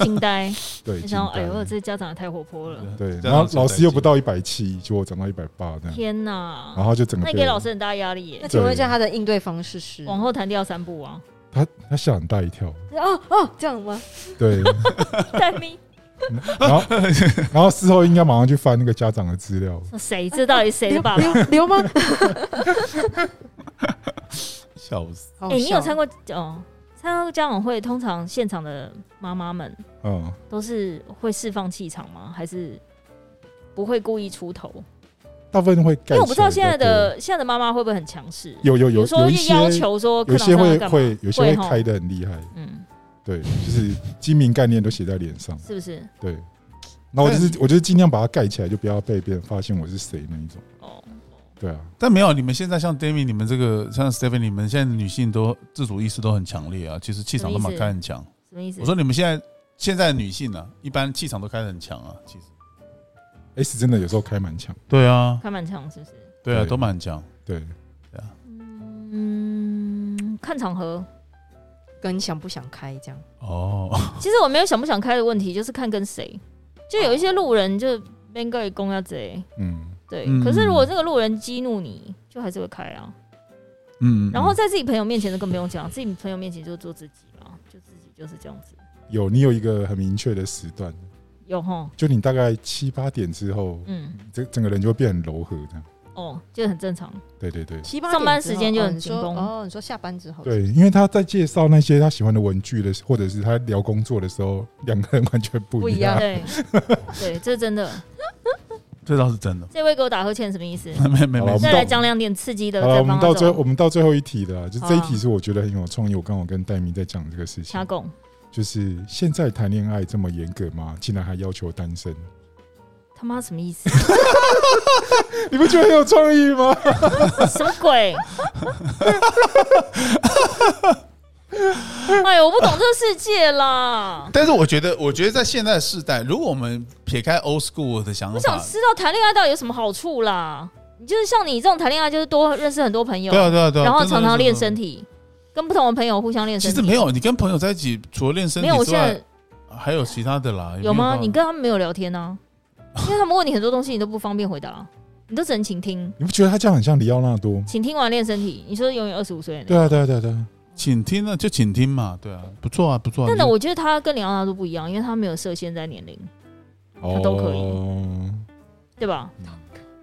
惊呆， 对，然后哎惊呆呦，这家长也太活泼了，对，然后老师又不，到一百七，结果我涨到一百八这样，天然哪！后就整个那被给老师很大压力那耶，请问一下他的应对方式是？往后弹掉三 步啊，他他吓很大一跳，哦哦，这样吗？对， 戴咪，然后然后事后应该马上去翻那个家长的资料，谁知道底谁 的爸爸？留留 吗？笑死！哎哎，你有参过？过哦？参加家长会，通常现场的妈妈们嗯，都是会释放气场吗？还是不会故意出头？大部分会盖起来比较多，因为我不知道现在的现在的妈妈会不会很强势，有有比有如说有一就些要求说课有堂些上要会干嘛会有些会吼开的很厉害，嗯，对，就是精明概念都写在脸上，是不是？对。那我就是，我就是尽量把它盖起来，就不要被别人发现我是谁那一种。哦，对啊，但没有，你们现在像 d a m i 你们这个像 Stephanie，你们现在的女性都自主意识都很强烈啊，其实气场都蛮开很强。什么意思？我说你们现在现在的女性啊，一般气场都开得很强啊，其实。 S 真的有时候开蛮强，对啊，开满场是不是？对啊，对都蛮强。对，嗯，看场合，跟想不想开这样。哦，其实我没有想不想开的问题，就是看跟谁。就有一哦些路人就 man 个公要贼，嗯，对。嗯可是如果这个路人激怒你，就还是会开啊。 嗯，然后在自己朋友面前都更不用讲，自己朋友面前就做自己嘛，就自己就是这样子。有你有一个很明确的时段，有吼，就你大概七八点之后，嗯，整整个人就会变很柔和这样。哦，就很正常。对对对七八上班点之时间后就哦很你说紧绷哦，你说下班之后，对，因为他在介绍那些他喜欢的文具的时，或者是他聊工作的时候，两个人完全不不一一样样。对，对，这真的。这倒是真 的，这位给我打呵欠什么意思？没没好了没 我们事，再到来讲两点刺激的，好了，再我们帮到他最走。我们到最后一题了啦，就这一好啊题是我觉得很有创意。我刚好跟戴明在讲这个事情掐，拱，就是现在谈恋爱这么严格吗？竟然还要求单身， 他妈什么意思？ 你不觉得很有创意吗？ 什么鬼？ 哎呦，我不懂这世界啦！但是我觉得，我觉得在现在的世代，如果我们撇开 old school 的想我想法，知道谈恋爱到底有什么好处啦？你就是像你这种谈恋爱，就是多认识很多朋友，对啊对啊对啊，然后真的常常练身体。体，跟不同的朋友互相练其身体。实没有，你跟朋友在一起，除了练身没有，体我之现在外，还有其他的啦。有吗？没你跟他们没有聊天啊，因为他们问你很多东西，你都不方便回答，你都只能请听，你不觉得他这样很像里奥纳多吗？请听完练身体。你说永远二十五岁对那啊，对啊，对啊，对啊，请听呢，就请听嘛，对啊，不错啊，不错啊。但你呢，我觉得他跟梁娜都不一样，因为他没有设限在年龄，哦，都可对吧？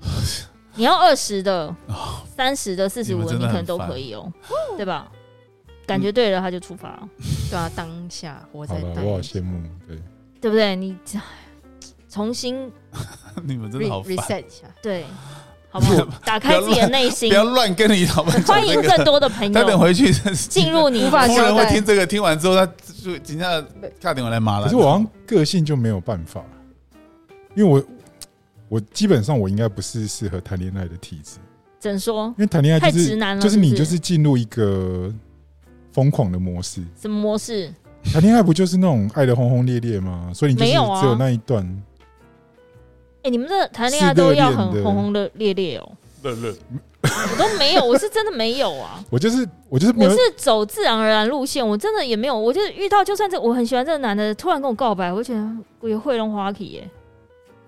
你要二十的、三十的、四十你五们的，真你的可很能都可以哦、对吧？感觉对了，他就出发了，对啊，当下活好在了，当我好下羡慕。对，对不对？你唉重新 你们真的好 re 烦， reset 一下，对，好不好？打开自己的内心不，要乱跟你老板讲欢这迎个。更多的 朋他等友回去真是 进入你无法夫交人会代呃听这个，听完之后他就等一下打电话来骂了。可是我好像个性就没有办法，因为我我基本上我应该不是适合谈恋爱的体质，怎说因为谈恋爱太就直是男了，就是不你就是进入一个疯狂的模式，什么模式？谈啊恋爱不就是那种爱的轰轰烈烈吗？所以你就是没有啊只有那一段，哎、你们这谈恋爱都要很是热恋的轰轰烈烈烈哦、乐乐，我都没有，我是真的没有啊，我就是我就是没我有是走自然而然路线，我真的也没有，我就是遇到就算这我很喜欢这个男的，突然跟我告白，我会觉得呃我也会弄花体耶、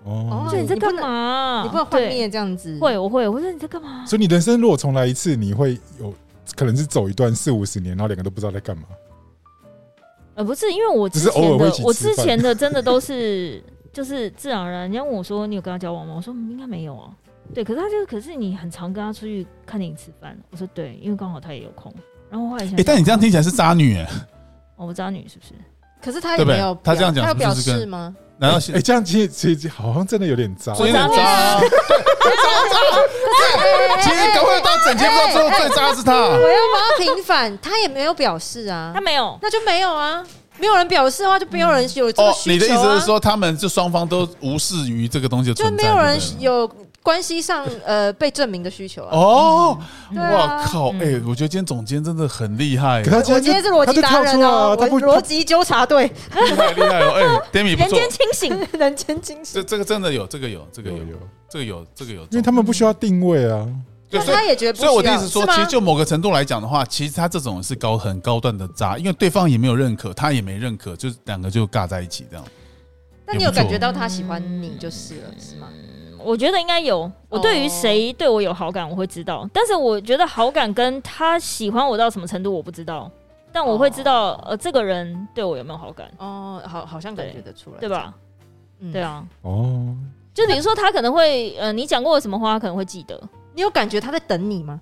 哦哦就你在干嘛、你不能幻灭这样子，啊对会，我会，我说你在干嘛？所以你人生如果重来一次，你会有可能是走一段四五十年，然后两个都不知道在干嘛。呃，不是，因为我之只是偶前尔会一的起，吃我之饭前的真的都是就是自然而然。人家问我说你有跟他交往吗？我说、嗯应该没有啊。对，可是他就是，可是你很常跟他出去看电影吃饭。我说对，因为刚好他也有空。然后后来想想，哎，但你这样听起来是渣女哎，哦，我渣女是不是？可是他对也不对没有表，他这样讲他有是表不是跟示 吗？难道哎、是这样其实其实好像真的有点渣。所以有渣点女渣啊？对渣渣，对，其实搞不好到整节目到最后最渣的是他 我。要帮他平反，他也没有表示啊他，没有，那就没有啊，没有人表示的话，就没有人有这个哦，需你的意求思啊是，说他们就双方都无视于这个东西的就存没在，有人对不对有关系上呃被证明的需求啊。哦，嗯对啊哇靠！哎，我觉得今天总监真的很厉害可，他今我今天就天是逻辑达他就跳人出来啊哦，他我不逻辑纠察队， 厉害厉害哦！哎，Demi 不人错，间清醒。人间精神。这这个真的有，这个有，这个有有，有，这个有，这个有，因为他们不需要定位啊。对那所以他也觉得不需所以要，我的意思说，是吗其实就某个程度来讲的话，其实他这种是高很高段的渣，因为对方也没有认可，他也没认可，就是两个就尬在一起这样。但你有感觉到他喜欢你就是了，是吗？我觉得应该有。我对哦于谁对我有好感，我会知道。但是我觉得好感跟他喜欢我到什么程度，我不知道。但我会知道，呃，这个人对我有没有好感，哦，好，好像感觉得出来，对吧？嗯对，啊，哦，就比如说他可能会，呃，你讲过我什么话，他可能会记得。你有感觉他在等你吗？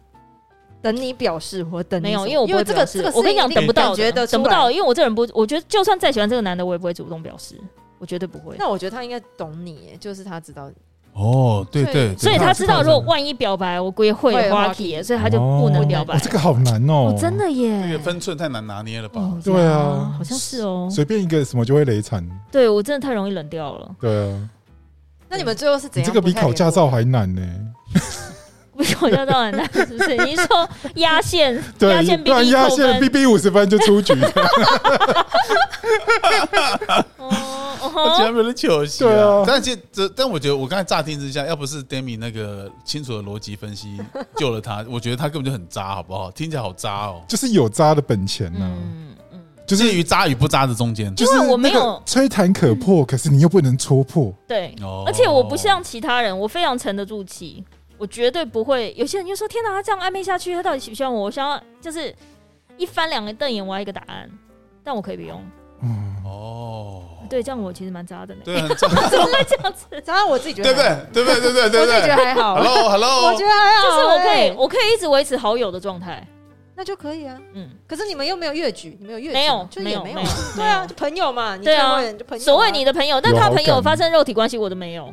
等你表示或等你没有，什么因为我不哦因会为这个表示这个我跟你讲，是一定等不到感觉的，得出等来不到，。因为我这人不，我觉得就算再喜欢这个男的，我也不会主动表示，我绝对不会。那我觉得他应该懂你耶，就是他知道哦，对对，对所以他知道，是如果万一表白，我归会会有花话体题，所以他就不能表白哦。这个好难哦哦，，真的耶，这个分寸太难拿捏了吧？嗯哦对啊好像是哦。随便一个什么就会雷惨。对我真的太容易冷掉了， 对啊，那你们最后是怎样？你这个比考驾照还难呢。不是我叫到很难，是不 是？你说压线，压对，线不比然你压扣线分 B，B 五十分就出局。哦我 哦居吼然被人糗死对啊但其实这，但我觉得我刚才乍听之下，要不是 Demi 那个清楚的逻辑分析救了他，我觉得他根本就很渣，好不好？听起来好渣哦。就是有渣的本钱呐、嗯嗯，就是介于渣与不渣的中间。就是因为我没有那个吹弹可破，可是你又不能戳破。对，哦而且我不像其他人，我非常沉得住气，我绝对不会。有些人就说：“天哪，他这样暧昧下去，他到底喜不喜欢我？”我想要就是一翻两个瞪眼，我要一个答案，但我可以不用。嗯， 哦，对，这样我其实蛮渣的呢。 对，很渣这样子，当然我自己觉对得不还好，对？对不对？对不对？对不我自己觉对得还好， ？Hello Hello，我觉得还就好，是哦我可以，哎，我可以一直维持好友的状态。那就可以啊。嗯，可是你们又没有越举，你们有越举吗没有就也没没有有没啊有，对啊，就朋友嘛，你对啊最会就朋友啊，所谓你的朋友，但有他好朋友感发生肉体关系，我都没有。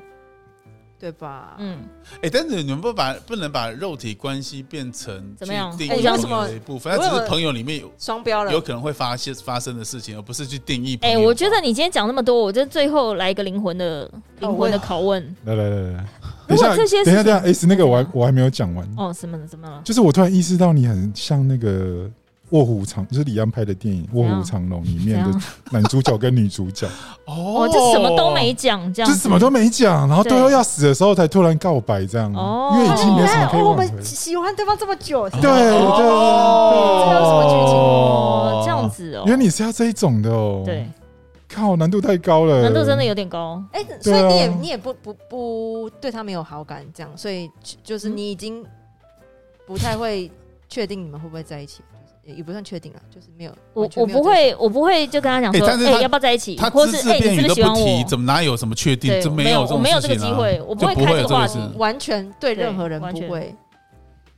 对吧？嗯，哎，但是你们不把不能把肉体关系变成怎么样去定哎义你为什朋么友的一部分，它我有只是朋友里面有双标了有，可能会发现发生的事情，而不是去定义朋哎、友。我觉得你今天讲那么多，我就最后来一个灵魂的灵魂的拷问。来来来来，如等一果下，这些等一下，事情等一下，S 那个我还我还没有讲完，哦，什么的，怎么了？就是我突然意识到你很像那个。卧虎藏就是李安拍的电影《卧怎虎样藏龙》里怎面样的？男主角跟女主角，哦哦，就什么都没讲， 这样就子是什么都没讲，然后对最后要死的时候才突然告白，这样，哦因为已经没你有什看么可以啊我挽回。啊们喜欢对方这么久，对对对啊哦这有什么剧情哦，这样子哦，原来你是要这一种的哦。对，靠，难度太高了，难度真的有点高。哎，所以对啊你也你也不不不对他没有好感，这样，所以就就是你已经不太会确定你们会不会在一起，也也不算确定啊，就是没有，我完全我没有不会，我不会就跟他讲说，哎但是哎、他要不要在一起，他或只是字哎、片你是语不是都喜欢不我提，？怎么哪有什么确定？对，这我没有这我种没有事这个情机啊会，我就会不会开这有个这话个题事。完全对对任何人完不全会。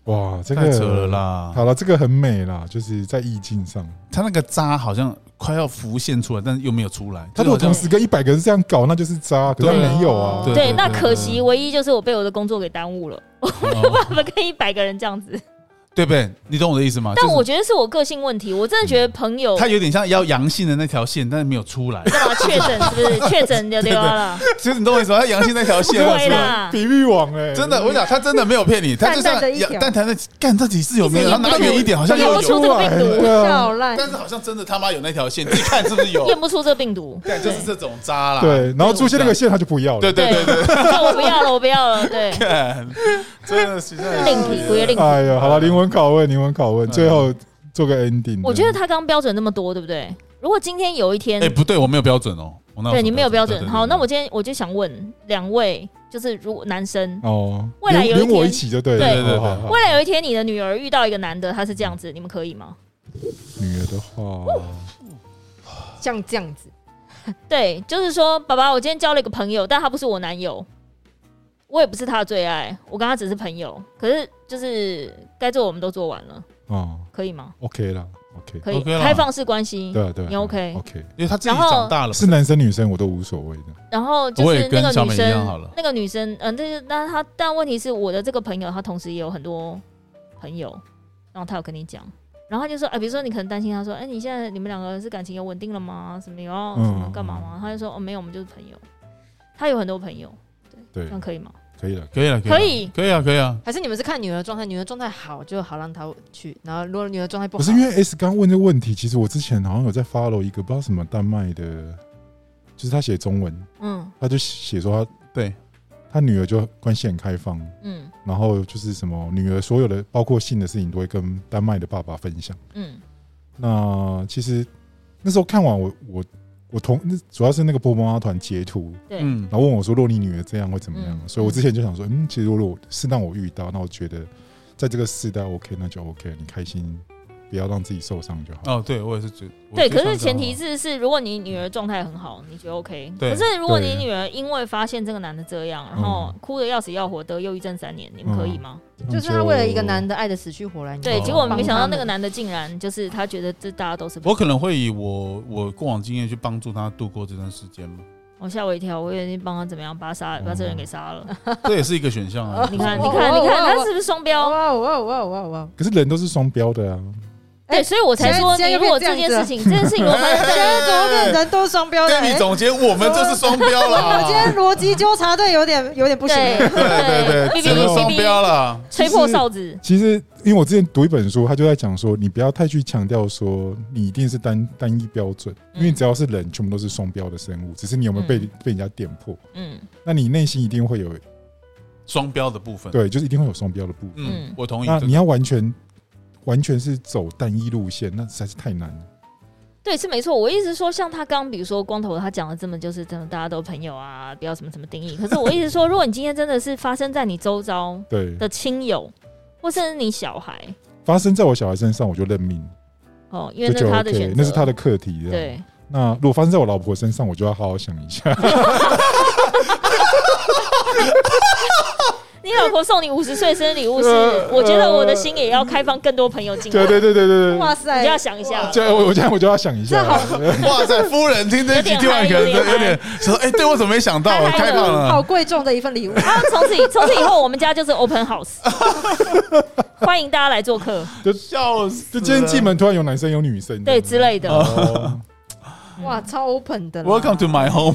哇，这个太扯了。啦！好了，这个很美啦，就是在意境上，他那个渣好像快要浮现出来，但是又没有出来。他如果就是好同时跟一百个人这样搞，那就是渣，可是他对没有啊。对对，那可惜，唯一就是我被我的工作给耽误了， 像哦我们跟一百个人这样子。对不对？你懂我的意思吗？但就是我觉得是我个性问题，我真的觉得朋友。他有点像要阳性的那条线，但是没有出来 干嘛确诊是不是确诊就丢了？其实你懂我意思吗？他阳性那条线没 不有会出来。啦，比喻网哎，真的，我讲他真的没有骗你，他就像淡淡的一条但他那干到底是有没有？一直他演不拿远一点，好像演又不出有，这个病毒，对啊笑烂，但是好像真的他妈有那条线，你看是不 是有？验不出这病毒。干就是这种渣啦。对，然后出现那个线他就不要了。对对对嗯对，就我不要了，我不要 了。对，干真的是另体不约另体。哎呀，好了，灵魂拷问，灵魂拷问，嗯最后做个 ending。我觉得他刚标准那么多，对不对？如果今天有一天哎，，不对，我没有标准哦。我那对你没有标准，好，那我对今天我就想问两位，就是如果男生哦，未来有一连天连我一起就对了。哦对对对对好好好未来有一天你的女儿遇到一个男的，他是这样子，你们可以吗？女儿的话，像这样子，对，就是说，爸爸，我今天交了一个朋友，但他不是我男友，我也不是他的最爱，我跟他只是朋友。可是就是该做我们都做完了，哦可以吗？ ，OK 啦 o k 可以 OK 啦开放式关系。对啊对啊，你 OK OK，因为他自己长大了，是男生女生我都无所谓的。然后就我是也那跟个小女美一样好生了，那个女生，嗯、但是那她，但问题是我的这个朋友，她同时也有很多朋友，然后她有跟你讲，然后她就说，哎、比如说你可能担心，她说，哎、你现在你们两个是感情有稳定了吗？什么有要嗯什么干嘛吗？她就说，哦，没有，我们就是朋友。她有很多朋友，对这，样可以吗？可以了，可以了，可以可以啊，可以啊。还是你们是看女儿状态，女儿状态好就好让她去，然后如果女儿状态不不好，是因为 S 刚问这个问题，其实我之前好像有在 follow 一个不知道什么丹麦的，就是他写中文，嗯他就写说他对他女儿就关系很开放，嗯然后就是什么女儿所有的包括性的事情都会跟丹麦的爸爸分享。嗯那其实那时候看完我我我同那主要是那个波波妈妈团截图，对，嗯然，后问我说：“若你女儿这样会怎么样？”嗯所以我之前就想说，嗯，其实如果是让我遇到，那我觉得在这个时代 OK，那就 OK，你开心，不要让自己受伤就好。哦，对我也是觉得对，我觉得可是上次前提好啊是是，如果你女儿状态很好，你觉得 OK。对嗯可是如果对你女儿因为发现这个男的这样，然后哭的要死要活，得忧郁症三年，你们可以吗？那就是她为了一个男的爱的死去活来，你对，哦结果没想帮到他们那个男的竟然就是他觉得这大家都是我可能会以我我过往经验去帮助他度过这段时间嘛， 我吓我一跳，我以为你帮他怎么样，把他杀，嗯把这人给杀了。。这也是一个选项啊你看，你哦看，哦你看，哦他是不是双哇标？哇哇哇哇哇！可是人都是双标的啊，对，哎所以我才现在说，现在你又如果变这这件样子事了情，这件事情如果发生现在怎么变人都双标了？跟你哎总结，我们这是双标我今天啦，逻辑纠察队有点有点 不行了。对对对对，哔这哔是哔双标哔，啦。吹破哨子，其实因为我之前读一本书，他就在讲说，你不要太去强调说你一定是单单一标准，因为嗯只要是人，全部都是双标的生物，只是你有没有被、嗯被人家点破，嗯那你内心一定会有双标的部分，对，就是一定会有双标的部分。嗯嗯，我同意那这你个。要完全完全是走单一路线，那实在是太难了。对，是没错。我意思说，像他刚比如说光头，他讲的这么就是真的，大家都朋友啊，不要什么什么定义。可是我意思说，如果你今天真的是发生在你周遭对，的亲友，或甚至你小孩发生在我小孩身上，我就认命，哦，因为这那是就他的 OK，选择，那是他的课题。，对。那如果发生在我老婆身上，我就要好好想一下。你老婆送你五十岁生日礼物是，我觉得我的心也要开放更多朋友进来呃对，对对对对 对，哇你塞就，要想一下，这我我现在我 就要想一下这。好哇塞，夫人听这一集有点听完可能嗨有点有点说，哎，对我怎么没想到嗨？嗨太棒好了！贵重的一份礼物。啊，从此以从此以后，我们家就是 open house，欢迎大家来做客，笑死！就今天进门突然有男生有女生，对之类的哦，哇，超 open 的啦。 ，Welcome to my home。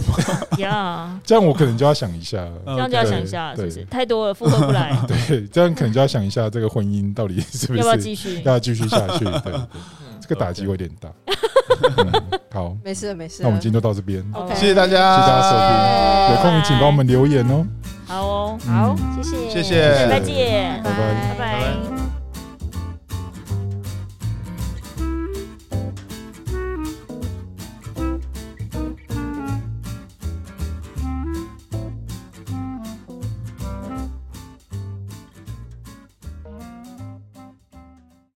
呀。 这样我可能就要想一下。这样就要 OK 想一下，是哦对不是太多了，负荷 不来，对，这样可能就要想一下这个婚姻到底 是不要不要是继续？ 要继续下去？对，对这个打击有点大。嗯好，没事了没事了。啊那我们今天就到这边，谢好 OK 谢谢大家，谢大家收听，有空请帮我们留言哦。好哦，好谢谢，谢谢再见，拜拜拜拜拜。